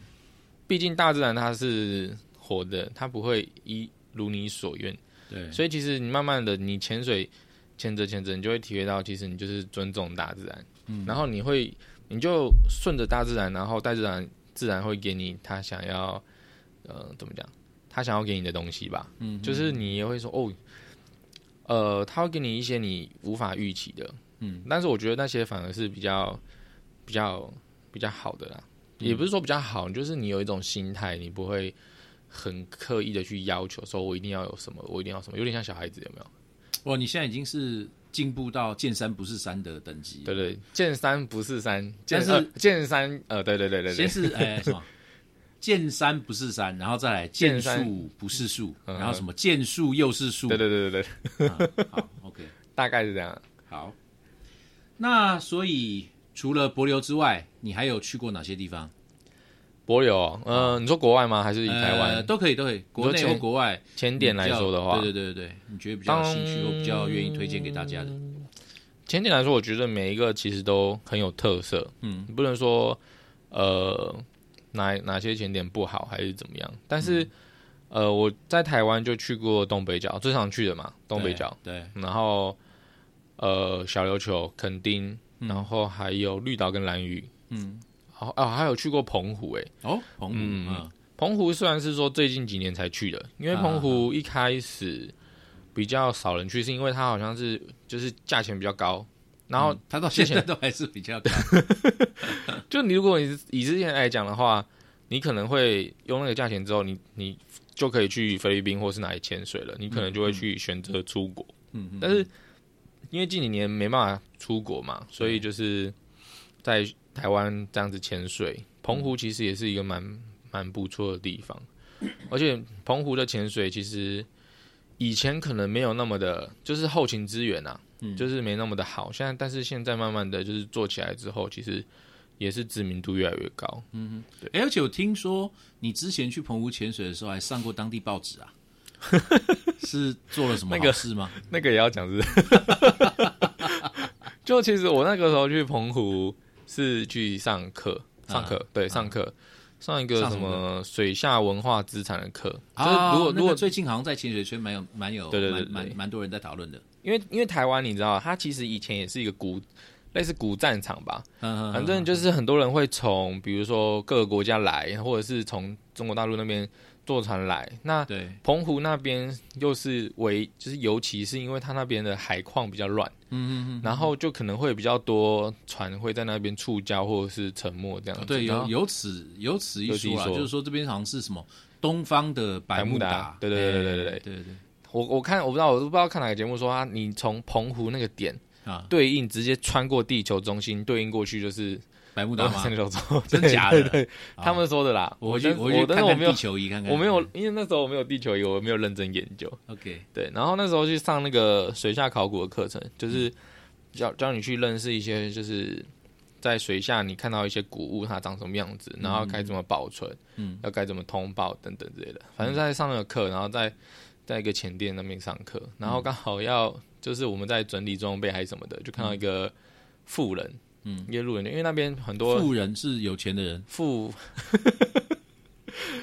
[SPEAKER 3] 毕竟大自然它是活的，它不会一如你所愿，
[SPEAKER 2] 对，
[SPEAKER 3] 所以其实你慢慢的，你潜水潜着潜着，你就会体会到，其实你就是尊重大自然，嗯，然后你会你就顺着大自然，然后大自然自然会给你他想要，呃，怎么讲，他想要给你的东西吧，嗯，就是你也会说哦，呃，他会给你一些你无法预期的，嗯，但是我觉得那些反而是比较比较比较好的啦。也不是说比较好，就是你有一种心态，你不会很刻意的去要求，说我一定要有什么，我一定要什么，有点像小孩子，有没有？
[SPEAKER 2] 哇，你现在已经是进步到见山不是山的等级，
[SPEAKER 3] 对对，见山不是山，见
[SPEAKER 2] 但是
[SPEAKER 3] 呃见山呃，对对对对
[SPEAKER 2] 先
[SPEAKER 3] 对，
[SPEAKER 2] 是 呃什么？见山不是山，然后再来见
[SPEAKER 3] 见山
[SPEAKER 2] 树不是树，
[SPEAKER 3] 嗯
[SPEAKER 2] 然后什么见树又是树，
[SPEAKER 3] 对对对对对，
[SPEAKER 2] 好，OK，
[SPEAKER 3] 大概是这样。
[SPEAKER 2] 好。那所以除了柏流之外，你还有去过哪些地方？
[SPEAKER 3] 柏流哦，呃，你说国外吗？还是以台
[SPEAKER 2] 呃
[SPEAKER 3] 湾
[SPEAKER 2] 都可以，都可以，国内
[SPEAKER 3] 前
[SPEAKER 2] 或国外。
[SPEAKER 3] 前点来说的话？
[SPEAKER 2] 对对对对对，你觉得比较有兴趣或
[SPEAKER 3] 当
[SPEAKER 2] 比较愿意推荐给大家的？
[SPEAKER 3] 前点来说，我觉得每一个其实都很有特色。嗯，不能说呃哪哪些前点不好还是怎么样，但是、呃我在台湾就去过东北角，最常去的嘛，东北角，
[SPEAKER 2] 对，对，
[SPEAKER 3] 然后呃小琉球、垦丁，然后还有绿岛跟兰屿，
[SPEAKER 2] 嗯，
[SPEAKER 3] 哦哦还有去过澎湖、欸，诶，
[SPEAKER 2] 哦，澎湖，
[SPEAKER 3] 嗯
[SPEAKER 2] 嗯，
[SPEAKER 3] 澎湖虽然是说最近几年才去的，因为澎湖一开始比较少人去，是因为它好像是就是价钱比较高。然后
[SPEAKER 2] 嗯他到现在都还是比较高，
[SPEAKER 3] 就你如果你是以之前来讲的话，你可能会用那个价钱之后，你你就可以去菲律宾或是哪里潜水了，你可能就会去选择出国。
[SPEAKER 2] 嗯嗯，
[SPEAKER 3] 但是因为近几年没办法出国嘛，所以就是在台湾这样子潜水，澎
[SPEAKER 2] 嗯
[SPEAKER 3] 湖其实也是一个蛮蛮不错的地方，而且澎湖的潜水其实以前可能没有那么的，就是后勤资源啊，
[SPEAKER 2] 嗯
[SPEAKER 3] 就是没那么的好。现在但是现在慢慢的就是做起来之后，其实也是知名度越来越高。
[SPEAKER 2] 诶而且我听说你之前去澎湖潜水的时候还上过当地报纸 啊，是做了什么
[SPEAKER 3] 那
[SPEAKER 2] 好
[SPEAKER 3] 个
[SPEAKER 2] 事吗？
[SPEAKER 3] 那个也 要讲是，就其实我那个时候去澎湖是去上课，上课、对上课、上一个
[SPEAKER 2] 啊上
[SPEAKER 3] 什
[SPEAKER 2] 什么
[SPEAKER 3] 么水下文化资产的课， 就是
[SPEAKER 2] 啊，
[SPEAKER 3] 如果、
[SPEAKER 2] 那个
[SPEAKER 3] 如果
[SPEAKER 2] 最近好像在潜水圈蛮有蛮有
[SPEAKER 3] 对对对
[SPEAKER 2] 蛮
[SPEAKER 3] 对
[SPEAKER 2] 蛮蛮多人在讨论的，
[SPEAKER 3] 因为因为台湾你知道，它其实以前也是一个古类似古战场吧，
[SPEAKER 2] 反
[SPEAKER 3] 反正
[SPEAKER 2] 啊
[SPEAKER 3] 就是很多人会从比如说各个国家来，或者是从中国大陆那边坐船来，那。
[SPEAKER 2] 嗯对，
[SPEAKER 3] 澎湖那边又是为，就是尤其是因为它那边的海况比较乱，
[SPEAKER 2] 嗯嗯
[SPEAKER 3] 然后就可能会比较多船会在那边触礁或者是沉没这样
[SPEAKER 2] 嗯，
[SPEAKER 3] 子。
[SPEAKER 2] 对，
[SPEAKER 3] 然
[SPEAKER 2] 有
[SPEAKER 3] 后
[SPEAKER 2] 有此有此一
[SPEAKER 3] 有此
[SPEAKER 2] 说
[SPEAKER 3] 一
[SPEAKER 2] 啊，
[SPEAKER 3] 说
[SPEAKER 2] 就是说这边好像是什么东方的百
[SPEAKER 3] 百慕
[SPEAKER 2] 慕
[SPEAKER 3] 达对对对对对
[SPEAKER 2] 诶
[SPEAKER 3] 对
[SPEAKER 2] 哎对对
[SPEAKER 3] 我我看我不知道我都不知道看哪个节目说啊，你从澎湖那个点
[SPEAKER 2] 啊，
[SPEAKER 3] 对应直接穿过地球中心对应过去就是
[SPEAKER 2] 百慕达吗
[SPEAKER 3] 三？角洲，
[SPEAKER 2] 真
[SPEAKER 3] 对
[SPEAKER 2] 假的啊
[SPEAKER 3] 对对他们说的啦。
[SPEAKER 2] 我回去
[SPEAKER 3] 但
[SPEAKER 2] 我
[SPEAKER 3] 我
[SPEAKER 2] 回去看
[SPEAKER 3] 但是我
[SPEAKER 2] 看
[SPEAKER 3] 没有
[SPEAKER 2] 地球仪看看。
[SPEAKER 3] 我没有，因为那时候我没有地球仪，我没有认真研究。
[SPEAKER 2] OK，
[SPEAKER 3] 对，然后那时候去上那个水下考古的课程，就是教教你去认识一些，就是在水下你看到一些古物它长什么样子，然后该怎么保存，
[SPEAKER 2] 嗯，
[SPEAKER 3] 要该怎么通报等等之类的。反正在上那个课，然后在在一个前店那边上课，然
[SPEAKER 2] 嗯
[SPEAKER 3] 后刚好要就是我们在整理装备还是什么的，就看到一个富人，
[SPEAKER 2] 嗯，
[SPEAKER 3] 一个路人，因为那边很多
[SPEAKER 2] 富人是有钱的人，
[SPEAKER 3] 富，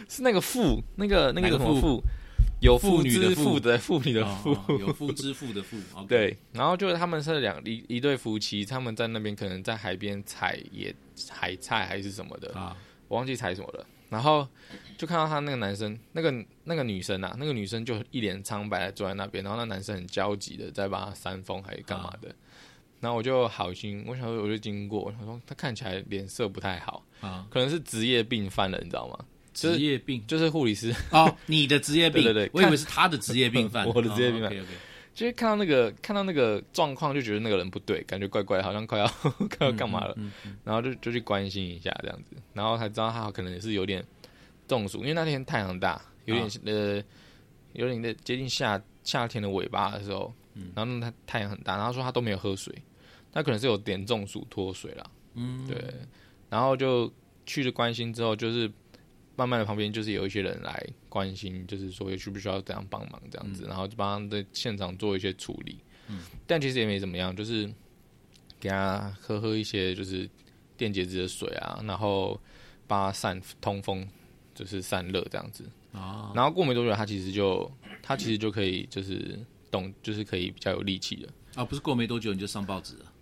[SPEAKER 3] 是那个富，那个那
[SPEAKER 2] 哪
[SPEAKER 3] 个
[SPEAKER 2] 个
[SPEAKER 3] 什么
[SPEAKER 2] 富
[SPEAKER 3] 富，有
[SPEAKER 2] 妇女的
[SPEAKER 3] 之
[SPEAKER 2] 妇
[SPEAKER 3] 妇的妇女的妇，
[SPEAKER 2] 哦有妇之夫的妇。OK， 哦
[SPEAKER 3] 对，然后就是他们是两一一对夫妻，他们在那边可能在海边采野海菜还是什么的，
[SPEAKER 2] 啊，
[SPEAKER 3] 我忘记采什么了。然后就看到他那个男生，那个那个女生啊，那个女生就一脸苍白的坐在那边，然后那男生很焦急的在帮她扇风还是干嘛的。然后我就好心，我想说我就经过，我想说他看起来脸色不太好，
[SPEAKER 2] 啊，
[SPEAKER 3] 可能是职业病犯了，你知道吗？就是
[SPEAKER 2] 职业病
[SPEAKER 3] 就是护理师，
[SPEAKER 2] 哦，你的职业病，
[SPEAKER 3] 对对对
[SPEAKER 2] 我以为是他的职业病 犯，哦
[SPEAKER 3] 我的职业病啊犯
[SPEAKER 2] OK OK，
[SPEAKER 3] 就是看到那个看到那个状况，就觉得那个人不对，感觉怪怪，好像快要 快要干嘛了，
[SPEAKER 2] 嗯
[SPEAKER 3] 然后就就去关心一下这样子，然后才知道他可能也是有点中暑，因为那天太阳大，有点、呃有点的接近夏夏天的尾巴的时候，然后他太阳很大，然后说他都没有喝水，他可能是有点中暑脱水了，
[SPEAKER 2] 嗯，
[SPEAKER 3] 对，然后就去了关心之后，就是慢慢的旁边就是有一些人来关心，就是说需不需要怎样帮忙这样子，然后就帮他在现场做一些处理。嗯，但其实也没怎么样，就是给他喝喝一些就是电解质的水啊，然后帮他散通风，就是散热这样子。
[SPEAKER 2] 哦，
[SPEAKER 3] 然后过没多久，他其实就他其实就可以就是动，就是可以比较有力气了。
[SPEAKER 2] 啊，不是过没多久你就上报纸了，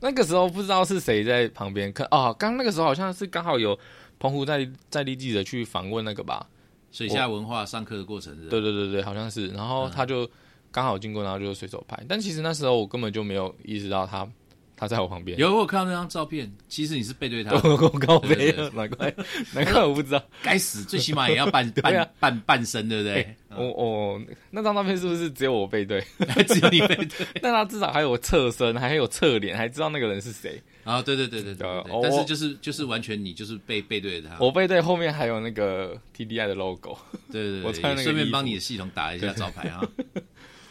[SPEAKER 3] 那个时候不知道是谁在旁边看哦，刚那个时候好像是刚好有澎湖在在地记者去访问那个吧，
[SPEAKER 2] 水下文化上课的过程是
[SPEAKER 3] 对，对对对，好像是，然后他就刚好经过，然后就随手拍，但其实那时候我根本就没有意识到他他在我旁边，
[SPEAKER 2] 有我有看到那张照片，其实你是背对他的，
[SPEAKER 3] 我告
[SPEAKER 2] 对对
[SPEAKER 3] 别
[SPEAKER 2] 对
[SPEAKER 3] 了，难怪难怪我不知道，
[SPEAKER 2] 该死，最起码也要半
[SPEAKER 3] 对啊
[SPEAKER 2] 半半半身，对不对？
[SPEAKER 3] 我我那张照片是不是只有我背对？
[SPEAKER 2] 只有你背对
[SPEAKER 3] 但他至少还有我侧身，还有侧脸，还知道那个人是谁。
[SPEAKER 2] 啊，对对对对对，
[SPEAKER 3] 哦
[SPEAKER 2] 对但是就是就是完全你就是背背对着他，
[SPEAKER 3] 我背对后面还有那个 TDI 的 logo，
[SPEAKER 2] 对对对，
[SPEAKER 3] 我穿
[SPEAKER 2] 也
[SPEAKER 3] 那个
[SPEAKER 2] 顺便
[SPEAKER 3] 衣服
[SPEAKER 2] 帮你的系统打一下招牌啊。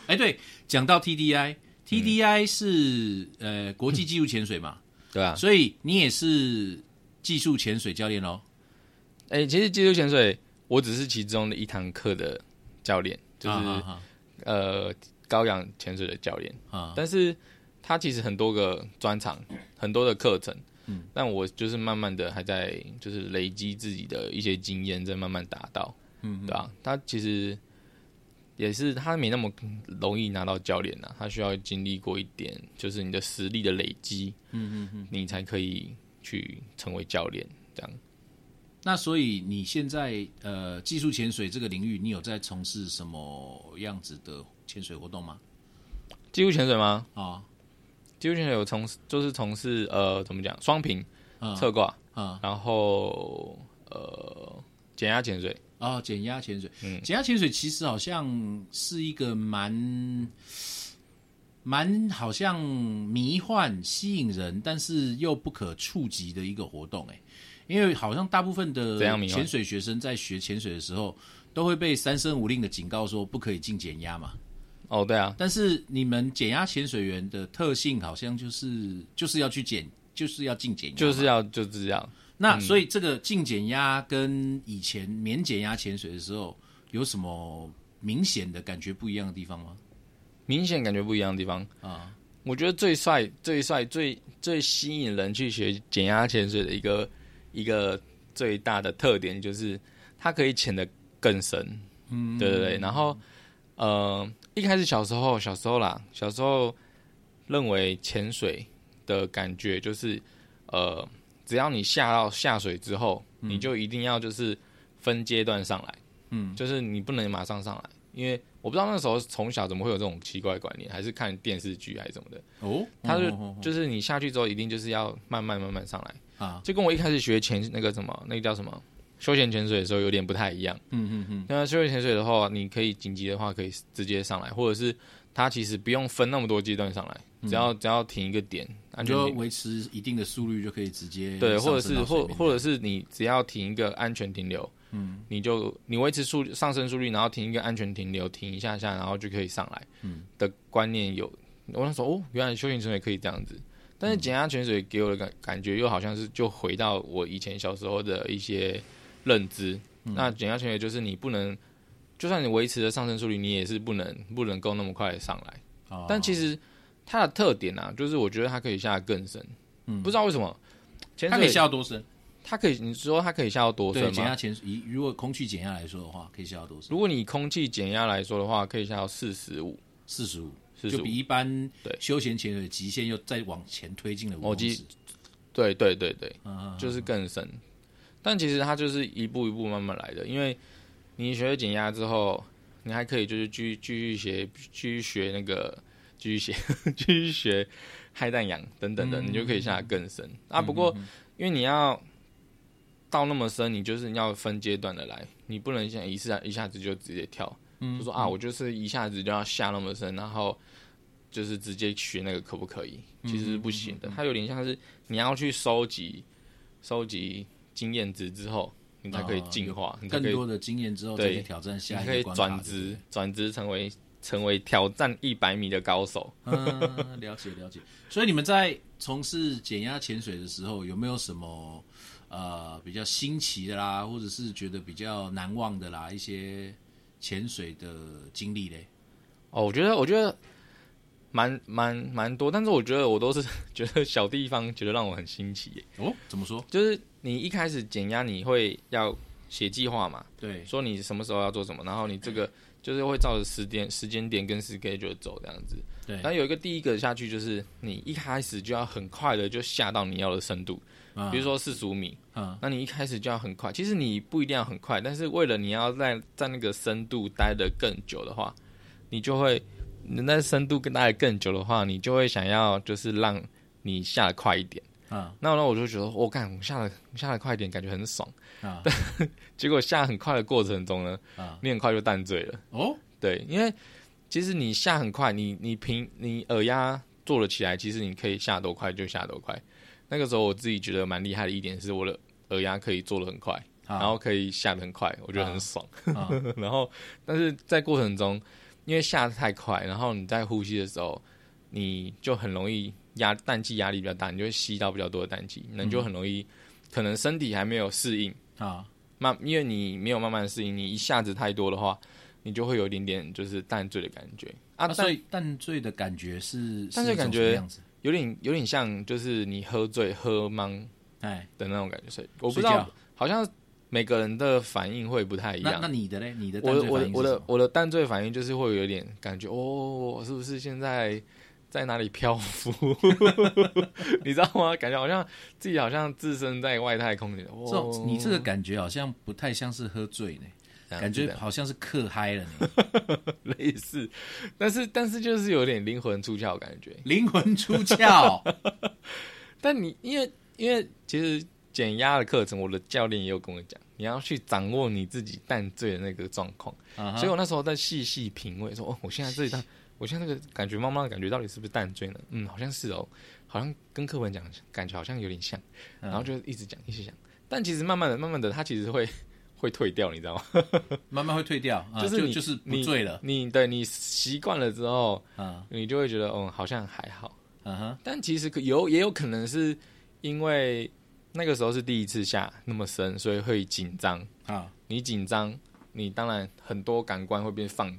[SPEAKER 2] 哎，对，讲到
[SPEAKER 3] 嗯
[SPEAKER 2] TDI，TDI 是呃国际技术潜水嘛，
[SPEAKER 3] 对啊，
[SPEAKER 2] 所以你也是技术潜水教练喽。
[SPEAKER 3] 哎、其实技术潜水，我只是其中的一堂课的教练，就是、
[SPEAKER 2] 啊
[SPEAKER 3] 呃高氧潜水的教练，
[SPEAKER 2] 啊啊
[SPEAKER 3] 但是他其实很多个专场，很多的课程，嗯，但我就是慢慢的还在就是累积自己的一些经验，在慢慢达到，嗯，对啊，他其实也是他没那么容易拿到教练呐、他需要经历过一点就是你的实力的累积，嗯嗯嗯，你才可以去成为教练这样。
[SPEAKER 2] 那所以你现在呃技术潜水这个领域，你有在从事什么样子的潜水活动吗？
[SPEAKER 3] 技术潜水吗？
[SPEAKER 2] 啊
[SPEAKER 3] 技术潜水有从就是从事呃怎么讲双屏
[SPEAKER 2] 啊
[SPEAKER 3] 侧挂，
[SPEAKER 2] 啊
[SPEAKER 3] 然后呃减压潜水，
[SPEAKER 2] 哦，减压潜水，
[SPEAKER 3] 嗯
[SPEAKER 2] 减压潜水其实好像是一个蛮蛮好像迷幻、吸引人，但是又不可触及的一个活动哎、因为好像大部分的
[SPEAKER 3] 怎样迷幻
[SPEAKER 2] 潜水学生在学潜水的时候，都会被三声五令的警告说不可以进减压嘛。
[SPEAKER 3] 哦对啊，
[SPEAKER 2] 但是你们减压潜水员的特性好像就是就是要去减，就是要进减压嘛，
[SPEAKER 3] 就是要就这样。
[SPEAKER 2] 那
[SPEAKER 3] 嗯
[SPEAKER 2] 所以这个进减压跟以前免减压潜水的时候有什么明显的感觉不一样的地方吗？
[SPEAKER 3] 明显感觉不一样的地方。
[SPEAKER 2] 啊，
[SPEAKER 3] 我觉得最帅、最帅、最最吸引人去学减压潜水的一个一个最大的特点就是它可以潜得更深。嗯，对对对。然后，呃，一开始小时候，小时候啦，小时候认为潜水的感觉就是，呃，只要你下到下水之后，你就一定要就是分阶段上来。嗯，就是你不能马上上来，因为我不知道那时候从小怎么会有这种奇怪的观念，还是看电视剧还是什么的。
[SPEAKER 2] 哦，
[SPEAKER 3] 他就
[SPEAKER 2] 哦哦
[SPEAKER 3] 就是你下去之后，一定就是要慢慢慢慢上来，
[SPEAKER 2] 哦啊，
[SPEAKER 3] 就跟我一开始学潜那个什么，那个叫什么休闲潜水的时候有点不太一样。
[SPEAKER 2] 嗯嗯嗯，
[SPEAKER 3] 那休闲潜水的话，你可以紧急的话可以直接上来，或者是它其实不用分那么多阶段上来，只要只要停一个点，安
[SPEAKER 2] 你
[SPEAKER 3] 全
[SPEAKER 2] 嗯就
[SPEAKER 3] 点
[SPEAKER 2] 维持一定的速率就可以直接
[SPEAKER 3] 对，
[SPEAKER 2] 上
[SPEAKER 3] 或者
[SPEAKER 2] 升
[SPEAKER 3] 是
[SPEAKER 2] 到水
[SPEAKER 3] 或
[SPEAKER 2] 面
[SPEAKER 3] 或者是你只要停一个安全停留，嗯，你就你维持速上升速率，然后停一个安全停留，停一下下，然后就可以上来，嗯的观念有。我那时候哦，原来休闲潜水可以这样子，但是减压潜水给我的感感觉又好像是就回到我以前小时候的一些认知。
[SPEAKER 2] 嗯
[SPEAKER 3] 那减压潜水就是你不能，就算你维持了上升速率，你也是不能不能够那么快的上来。
[SPEAKER 2] 哦
[SPEAKER 3] 但其实它的特点啊，就是我觉得它可以下得更深，嗯，不知道为什么。潜
[SPEAKER 2] 它
[SPEAKER 3] 水
[SPEAKER 2] 可以下到多深？
[SPEAKER 3] 它可以，你说它可以下到多
[SPEAKER 2] 对，
[SPEAKER 3] 深
[SPEAKER 2] 减压
[SPEAKER 3] 吗？
[SPEAKER 2] 潜水，以如果空气减压来说的话，可以下到多少
[SPEAKER 3] 如？果你空气减压来说的话，可以下到四十五。
[SPEAKER 2] 四十五，
[SPEAKER 3] 45
[SPEAKER 2] 就比一般
[SPEAKER 3] 对哦
[SPEAKER 2] 休闲潜水的极限又再往前推进了五
[SPEAKER 3] 我
[SPEAKER 2] 公
[SPEAKER 3] 记
[SPEAKER 2] 尺。
[SPEAKER 3] 对对对对，
[SPEAKER 2] 嗯，
[SPEAKER 3] 就是更深。但其实它就是一步一步慢慢来的，因为你学会减压之后，你还可以就是继续继续学继续学那个继续学 继续学氦氮氧等等
[SPEAKER 2] 嗯
[SPEAKER 3] 的，你就可以下得更深啊。不过因为你要到那么深，你就是要分阶段的来，你不能像一次一下子就直接跳，
[SPEAKER 2] 嗯
[SPEAKER 3] 就说啊，我就是一下子就要下那么深，然后就是直接学那个可不可以？
[SPEAKER 2] 嗯
[SPEAKER 3] 其实是不行的，它有点像是你要去收集收集经验值之后，你才可以进化，你
[SPEAKER 2] 哦
[SPEAKER 3] 才
[SPEAKER 2] 啊更
[SPEAKER 3] 可以
[SPEAKER 2] 多的经验之后再
[SPEAKER 3] 对
[SPEAKER 2] 去挑战
[SPEAKER 3] 你
[SPEAKER 2] 下一
[SPEAKER 3] 可以
[SPEAKER 2] 个关卡。
[SPEAKER 3] 转
[SPEAKER 2] 对不
[SPEAKER 3] 职
[SPEAKER 2] 对，
[SPEAKER 3] 转职成为成为挑战一百米的高手。
[SPEAKER 2] 嗯，了解了解。所以你们在从事减压潜水的时候，有没有什么呃比较新奇的啦，或者是觉得比较难忘的啦一些潜水的经历嘞？
[SPEAKER 3] 哦，我觉得，我觉得蛮蛮蛮多，但是我觉得我都是 觉得小地方觉得让我很新奇耶。
[SPEAKER 2] 哦，怎么说？
[SPEAKER 3] 就是你一开始减压，你会要写计划嘛，
[SPEAKER 2] 对，
[SPEAKER 3] 说你什么时候要做什么，然后你这个就是会照着时间时间点跟 schedule 走这样子。
[SPEAKER 2] 对
[SPEAKER 3] 然后有一个第一个下去就是你一开始就要很快的就下到你要的深度，比如说四十五米，
[SPEAKER 2] 嗯，
[SPEAKER 3] 那你一开始就要很快。其实你不一定要很快，但是为了你要在在那个深度待得更久的话，你就会你在深度跟待得更久的话，你就会想要就是让你下得快一点。
[SPEAKER 2] 嗯
[SPEAKER 3] 那那我就觉得，我、干，我下得下得快一点，感觉很爽。
[SPEAKER 2] 啊
[SPEAKER 3] 结果下很快的过程中呢，
[SPEAKER 2] 啊
[SPEAKER 3] 你很快就淡醉了。
[SPEAKER 2] 哦，
[SPEAKER 3] 对，因为其实你下很快，你你平你耳压做了起来，其实你可以下多快就下多快。那个时候我自己觉得蛮厉害的一点是，我的耳压可以做的很快，
[SPEAKER 2] 啊
[SPEAKER 3] 然后可以下的很快，我觉得很爽。
[SPEAKER 2] 啊
[SPEAKER 3] 然后，但是在过程中，因为下得太快，然后你在呼吸的时候，你就很容易压氮气压力比较大，你就会吸到比较多的氮气，那你就很容易、可能身体还没有适应。
[SPEAKER 2] 啊
[SPEAKER 3] 慢，因为你没有慢慢适应，你一下子太多的话，你就会有一点点就是淡醉的感觉
[SPEAKER 2] 啊！
[SPEAKER 3] 啊，
[SPEAKER 2] 所
[SPEAKER 3] 但
[SPEAKER 2] 以淡醉的感觉是，
[SPEAKER 3] 淡
[SPEAKER 2] 是
[SPEAKER 3] 醉
[SPEAKER 2] 一种
[SPEAKER 3] 感
[SPEAKER 2] 什么
[SPEAKER 3] 觉
[SPEAKER 2] 样子，
[SPEAKER 3] 有点有点像就是你喝醉喝懵
[SPEAKER 2] 哎，
[SPEAKER 3] 的那种感觉，所以我不
[SPEAKER 2] 睡
[SPEAKER 3] 知
[SPEAKER 2] 觉
[SPEAKER 3] 道，好像每个人的反应会不太一
[SPEAKER 2] 那那
[SPEAKER 3] 样。
[SPEAKER 2] 你的嘞？你的
[SPEAKER 3] 我
[SPEAKER 2] 淡
[SPEAKER 3] 的
[SPEAKER 2] 醉
[SPEAKER 3] 我
[SPEAKER 2] 反
[SPEAKER 3] 的
[SPEAKER 2] 应
[SPEAKER 3] 我
[SPEAKER 2] 是什
[SPEAKER 3] 的
[SPEAKER 2] 么？
[SPEAKER 3] 我的淡醉反应就是会有点感觉哦，我是不是现在在哪里漂浮？ 你知道吗？感觉好像自己好像置身在外太空里。哦
[SPEAKER 2] 这种你这个感觉好像不太像是喝醉呢，
[SPEAKER 3] 这样
[SPEAKER 2] 感
[SPEAKER 3] 子
[SPEAKER 2] 觉
[SPEAKER 3] 的
[SPEAKER 2] 好像是嗑嗨了呢。
[SPEAKER 3] 类似，但是但是就是有点灵魂出窍的感觉。
[SPEAKER 2] 灵魂出 窍，
[SPEAKER 3] 啊但你因为因为其实减压的课程，我的教练也有跟我讲，你要去掌握你自己淡醉的那个状况。
[SPEAKER 2] 啊哈
[SPEAKER 3] 所以我那时候在细细品味，说哦，我现在这一段，我现在这个感觉，慢慢的感觉到底是不是淡醉呢？嗯，好像是哦，好像跟课本讲，感觉好像有点像。
[SPEAKER 2] 嗯
[SPEAKER 3] 然后就一直讲，一直讲。但其实慢慢的、慢慢的，它其实会 会退掉，你知道吗？
[SPEAKER 2] 慢慢会退掉，啊、
[SPEAKER 3] 就是你
[SPEAKER 2] 就就是不醉了，
[SPEAKER 3] 你你对你习惯了之后，
[SPEAKER 2] 啊
[SPEAKER 3] 你就会觉得，嗯，好像还好。
[SPEAKER 2] 啊哈，
[SPEAKER 3] 但其实可有也有可能是因为那个时候是第一次下那么深，所以会紧张。
[SPEAKER 2] 啊，
[SPEAKER 3] 你紧张，你当然很多感官会变放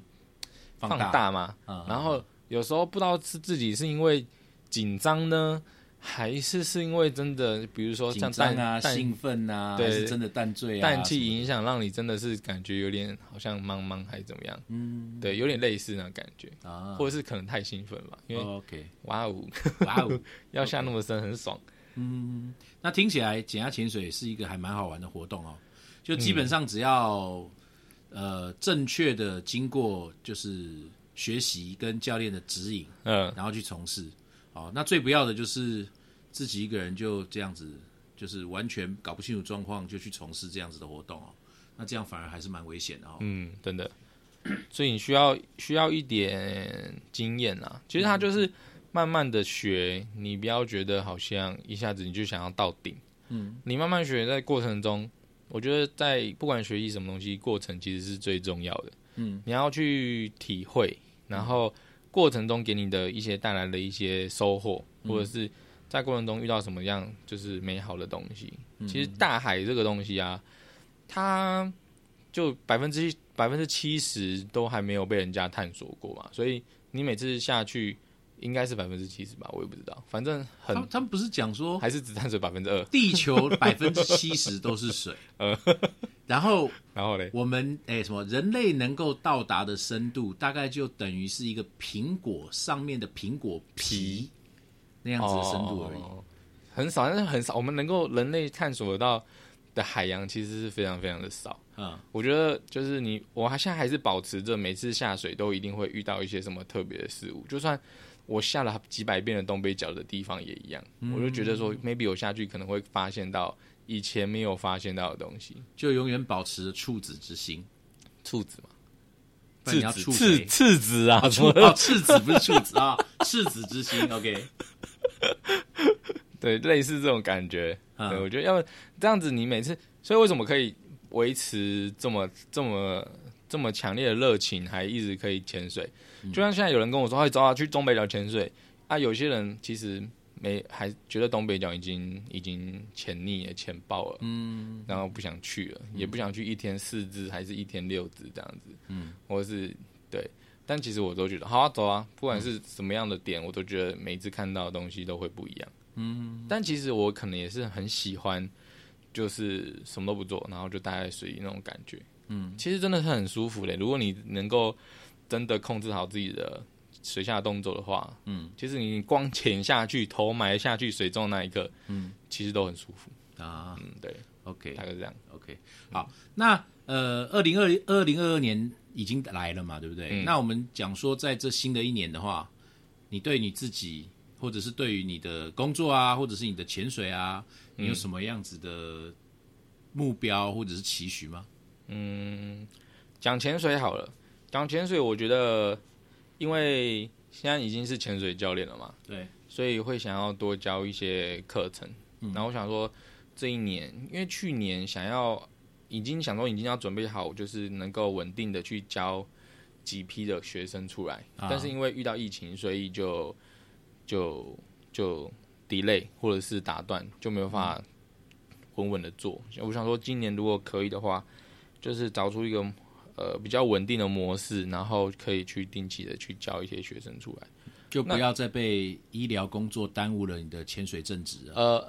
[SPEAKER 2] 放
[SPEAKER 3] 大
[SPEAKER 2] 大
[SPEAKER 3] 嘛。
[SPEAKER 2] 嗯
[SPEAKER 3] 然后有时候不知道是自己是因为紧张呢，还是是因为真的，比如说
[SPEAKER 2] 紧
[SPEAKER 3] 像
[SPEAKER 2] 张
[SPEAKER 3] 氮
[SPEAKER 2] 啊，
[SPEAKER 3] 氮
[SPEAKER 2] 兴奋啊，
[SPEAKER 3] 对
[SPEAKER 2] 还是真的淡醉啊，
[SPEAKER 3] 氮气影响，让你真的是感觉有点好像茫茫还是怎么样？嗯，对，有点类似那种感觉，
[SPEAKER 2] 什么的啊，
[SPEAKER 3] 或者是可能太兴奋吧，因为
[SPEAKER 2] OK，
[SPEAKER 3] 哇哦，
[SPEAKER 2] 哇哦，
[SPEAKER 3] 要下那么深很 爽。
[SPEAKER 2] 那听起来减压潜水是一个还蛮好玩的活动哦，就基本上只要、呃正确的经过就是学习跟教练的指引，
[SPEAKER 3] 嗯，
[SPEAKER 2] 然后去从事。哦，那最不要的就是自己一个人就这样子，就是完全搞不清楚状况就去从事这样子的活动哦。那这样反而还是蛮危险的哦。
[SPEAKER 3] 嗯，真的。所以你需要需要一点经验啦。
[SPEAKER 2] 嗯
[SPEAKER 3] 其实它就是慢慢的学，你不要觉得好像一下子你就想要到顶。嗯，你慢慢学，在过程中，我觉得在不管学习什么东西，过程其实是最重要的。嗯，你要去体会，然后过程中给你的一些带来的一些收获，或者是在过程中遇到什么样就是美好的东西。其实大海这个东西啊，它就百分之百分之七十都还没有被人家探索过嘛，所以你每次下去应该是百分之七十吧，我也不知道，反正
[SPEAKER 2] 他
[SPEAKER 3] 很
[SPEAKER 2] 们他们不是讲说
[SPEAKER 3] 还是只淡水百分之二，
[SPEAKER 2] 地球百分之七十都是 水，
[SPEAKER 3] 呃
[SPEAKER 2] 然后
[SPEAKER 3] 然后嘞，
[SPEAKER 2] 我们哎、什么人类能够到达的深度，大概就等于是一个苹果上面的苹果皮那样子的深度而已。
[SPEAKER 3] 哦很少，但是很少，我们能够人类探索得到的海洋其实是非常非常的少。
[SPEAKER 2] 嗯，
[SPEAKER 3] 我觉得就是你，我还现在还是保持着每次下水都一定会遇到一些什么特别的事物，就算我下了几百遍的东北角的地方也一样，我就觉得说，maybe 我下去可能会发现到以前没有发现到的东西，
[SPEAKER 2] 就永远保持处子之心。
[SPEAKER 3] 兔子嘛，
[SPEAKER 2] 不然
[SPEAKER 3] 赤
[SPEAKER 2] 你要
[SPEAKER 3] 子
[SPEAKER 2] 处
[SPEAKER 3] 赤
[SPEAKER 2] 谁？
[SPEAKER 3] 赤子啊，什么
[SPEAKER 2] 哦，赤子不是处子啊， 赤子之心。OK，
[SPEAKER 3] 对，类似这种感觉。
[SPEAKER 2] 嗯
[SPEAKER 3] 对，我觉得要这样子，你每次，所以为什么可以维持这么这么这么强烈的热情，还一直可以潜水？就像现在有人跟我说，哎，走啊，去东北角潜水啊，有些人其实没还觉得东北角已经已经潜腻了、潜爆了，嗯，然后不想去了，也不想去一天四只，还是一天六只这样子，嗯，或是对。但其实我都觉得好啊，走啊！不管是什么样的点，我都觉得每一次看到的东西都会不一样。但其实我可能也是很喜欢，就是什么都不做，然后就待在水里那种感觉。嗯，其实真的是很舒服的。如果你能够真的控制好自己的水下动作的话，嗯，其实你光潜下去、头埋下去、水中那一刻，嗯，其实都很舒服。
[SPEAKER 2] 啊
[SPEAKER 3] 嗯，对，
[SPEAKER 2] ，OK
[SPEAKER 3] 大概是这样。
[SPEAKER 2] OK，好，那呃，二零二二零二二年已经来了嘛，对不对？
[SPEAKER 3] 嗯
[SPEAKER 2] 那我们讲说，在这新的一年的话，你对你自己，或者是对于你的工作啊，或者是你的潜水啊，你
[SPEAKER 3] 嗯
[SPEAKER 2] 有什么样子的目标或者是期许吗？
[SPEAKER 3] 讲潜水好了，讲潜水，我觉得因为现在已经是潜水教练了嘛，
[SPEAKER 2] 对，
[SPEAKER 3] 所以会想要多教一些课程。然后我想说，这一年，因为去年想要已经想说已经要准备好，就是能够稳定的去教几批的学生出来，
[SPEAKER 2] 啊
[SPEAKER 3] 但是因为遇到疫情，所以就就就 delay 或者是打断，就没有办法稳稳的做。我想说，今年如果可以的话，就是找出一个呃比较稳定的模式，然后可以去定期的去教一些学生出来。
[SPEAKER 2] 就不要再被医疗工作耽误了你的潜水正职啊。
[SPEAKER 3] 呃，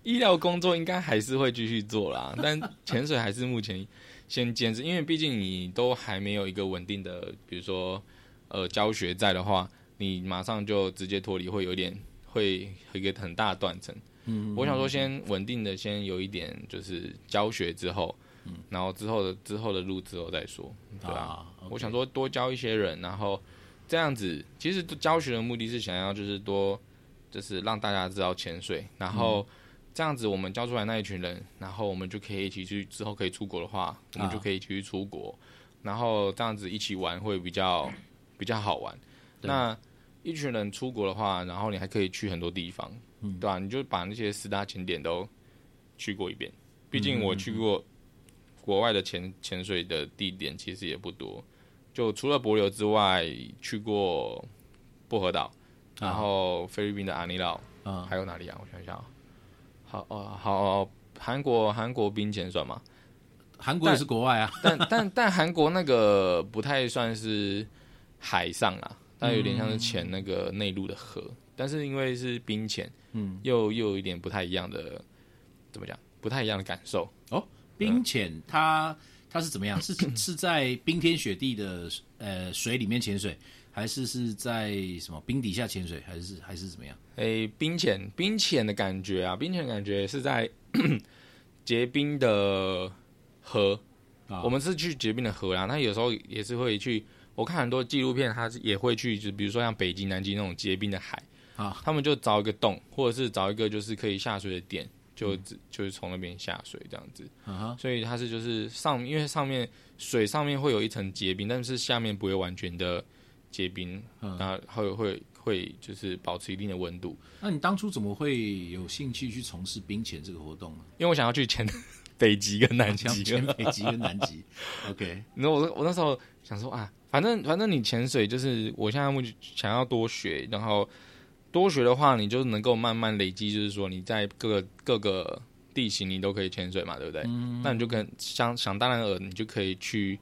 [SPEAKER 3] 医疗工作应该还是会继续做 啦，但潜水还是目前先坚持，因为毕竟你都还没有一个稳定的，比如说呃教学在的话，你马上就直接脱离，会有点会有一个很大的断层。嗯，我想说先稳定的，先有一点就是教学之后，嗯，然后之后的之后的路之后再说，对啊。
[SPEAKER 2] 啊
[SPEAKER 3] 我想说多教一些人，然后这样子，其实教学的目的是想要就是多，就是让大家知道潜水，然后这样子我们教出来那一群人，然后我们就可以一起去，之后可以出国的话，我们就可以一起去出国，然后这样子一起玩会比较比较好玩。那一群人出国的话，然后你还可以去很多地方，对啊吧、你就把那些十大景点都去过一遍。毕竟我去过国外的潜潜水的地点其实也不多，就除了帛琉之外，去过薄荷岛，然后菲律宾的阿尼岛，
[SPEAKER 2] 啊
[SPEAKER 3] 还有哪里啊？我想想啊，好哦，好哦，韩国韩国冰潜算吗？
[SPEAKER 2] 韩国也是国外啊，
[SPEAKER 3] 但但但韩国那个不太算是海上啦，但有点像是潜那个内陆的河，但是因为是冰潜，嗯，又又有一点不太一样的，怎么讲？不太一样的感受。
[SPEAKER 2] 冰潜它它是怎 么样？是是在冰天雪地的呃水里面潜水，还是是在什么冰底下潜水，还是还是怎么样？
[SPEAKER 3] 诶，冰潜冰潜的感觉啊，冰潜的感觉是在 结冰的河，
[SPEAKER 2] 啊
[SPEAKER 3] 我们是去结冰的河啦。那有时候也是会去，我看很多纪录片，它是也会去，就比如说像北京、南京那种结冰的海
[SPEAKER 2] 啊，
[SPEAKER 3] 他们就找一个洞，或者是找一个就是可以下水的点，就、只就是从那边下水这样子。
[SPEAKER 2] 嗯哼，
[SPEAKER 3] 所以它是就是上，因为上面水上面会有一层结冰，但是下面不会完全的结冰，
[SPEAKER 2] 嗯
[SPEAKER 3] 那会会会就是保持一定的温度。
[SPEAKER 2] 那你当初怎么会有兴趣去从事冰潜这个活 动呢？
[SPEAKER 3] 因为我想要去前 北极跟南极
[SPEAKER 2] 像。 前北极跟南 极，OK，
[SPEAKER 3] 然后我我那时候想说啊，反正反正你潜水就是我现在目前想要多学，然后多学的话，你就能够慢慢累积，就是说你在各个各个地形你都可以嗯潜水嘛，对不对？那你就跟想想当然尔，你就可以去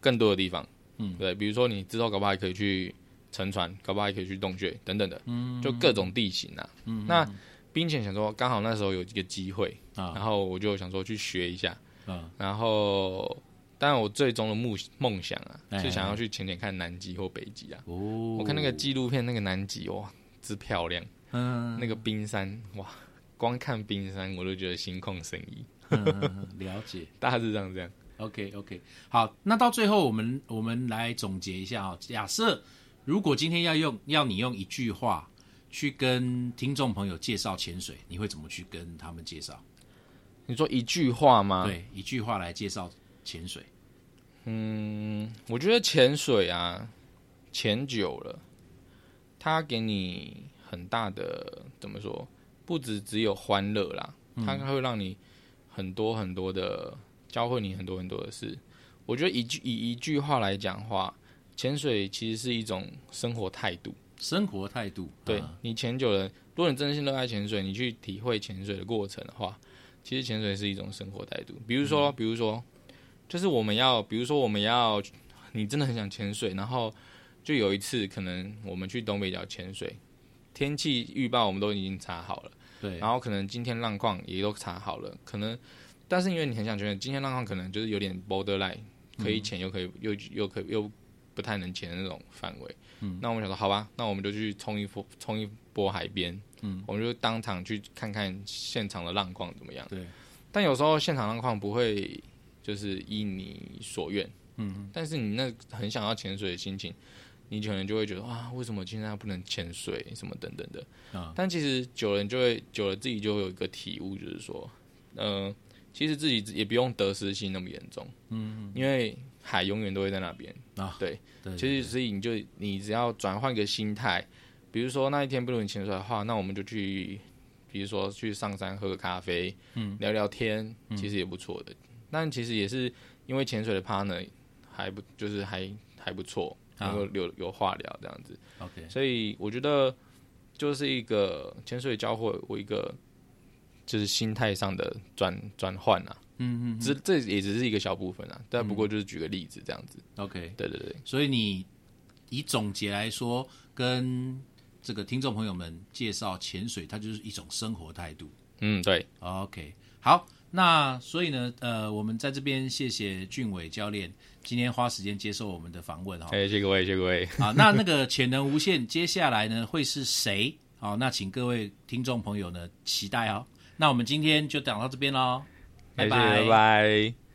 [SPEAKER 3] 更多的地方。
[SPEAKER 2] 嗯
[SPEAKER 3] 对，比如说你之后搞不好还可以去沉船，搞不好还可以去洞穴等等的，嗯，就各种地形啊。嗯，那冰潜想说，刚好那时候有这个机会，然
[SPEAKER 2] 啊，
[SPEAKER 3] 后我就想说去学一下，
[SPEAKER 2] 嗯，
[SPEAKER 3] 然后。但我最终的梦梦想啊，
[SPEAKER 2] 哎
[SPEAKER 3] 是想要去潜潜看南极或北极啊。
[SPEAKER 2] 哦，
[SPEAKER 3] 我
[SPEAKER 2] 我
[SPEAKER 3] 看那个，纪录片，那个南极哇，之漂亮，
[SPEAKER 2] 嗯，
[SPEAKER 3] 那个冰山哇，光看冰山我都觉得心旷神怡。
[SPEAKER 2] 嗯嗯嗯了解。
[SPEAKER 3] 大致上这样。
[SPEAKER 2] OK OK，好，那到最后我们我们来总结一下啊、哦。假设如果今天要用要你用一句话去跟听众朋友介绍潜水，你会怎么去跟他们介绍？
[SPEAKER 3] 你说一句话吗？，
[SPEAKER 2] 对，一句话来介绍潜水。
[SPEAKER 3] 嗯，我觉得潜水啊，潜久了，它给你很大的怎么说？不只只有欢乐啦，它会让你很多很多的教会你很多很多的事。我觉得一句以一句话来讲的话，潜水其实是一种生活态度。
[SPEAKER 2] 生活态度，
[SPEAKER 3] 对
[SPEAKER 2] 啊
[SPEAKER 3] 你潜久了，如果你真的是热爱潜水，你去体会潜水的过程的话，其实潜水是一种生活态度。比如说，比如说，就是我们要，比如说我们要，你真的很想潜水，然后就有一次可能我们去东北角潜水，天气预报我们都已经查好了，
[SPEAKER 2] 对
[SPEAKER 3] 然，后可能今天浪况也都查好了，可能，但是因为你很想潜水，今天浪况可能就是有点 borderline，可以潜又可以又又可又不太能潜的那种范围。嗯，那我们想说，好吧，那我们就去冲一波冲一波海边。嗯，我们就当场去看看现场的浪况怎么样。
[SPEAKER 2] 对，
[SPEAKER 3] 但有时候现场浪况不会就是依你所愿。嗯，但是你那很想要潜水的心情，你可能就会觉得啊，为什么现在不能潜水什么等等的。
[SPEAKER 2] 啊
[SPEAKER 3] 但其实久了，你就会久了自己就会有一个体悟，就是说，呃，其实自己也不用得失心那么严重，嗯，因为海永远都会在那边。
[SPEAKER 2] 啊，
[SPEAKER 3] 对
[SPEAKER 2] 对，
[SPEAKER 3] 其实，所以你就你只要转换个心态，比如说那一天不能潜水的话，那我们就去，比如说去上山喝个咖啡，嗯，聊聊天，其实也不错的。但其实也是因为潜水的 partner 还不就是还还不错，
[SPEAKER 2] 啊
[SPEAKER 3] 能够有有话聊这样子。
[SPEAKER 2] 对 OK，
[SPEAKER 3] 所以我觉得就是一个潜水教会我一个就是心态上的转转换啊，
[SPEAKER 2] 嗯嗯嗯
[SPEAKER 3] 这这也只是一个小部分啊，但不过就是举个例子这样子，
[SPEAKER 2] ，OK，
[SPEAKER 3] 对对对，
[SPEAKER 2] 所以你以总结来说，跟这个听众朋友们介绍潜水，它就是一种生活态度。
[SPEAKER 3] 嗯对，
[SPEAKER 2] OK，好，那所以呢，呃，我们在这边谢谢俊伟教练今天花时间接受我们的访问哈。
[SPEAKER 3] 哎，谢谢各位，谢谢各位，
[SPEAKER 2] 啊，那那个潜能无限，接下来呢会是谁？好，那请各位听众朋友呢期待哦。那我们今天就讲到这边喽，拜
[SPEAKER 3] 哎谢谢拜拜。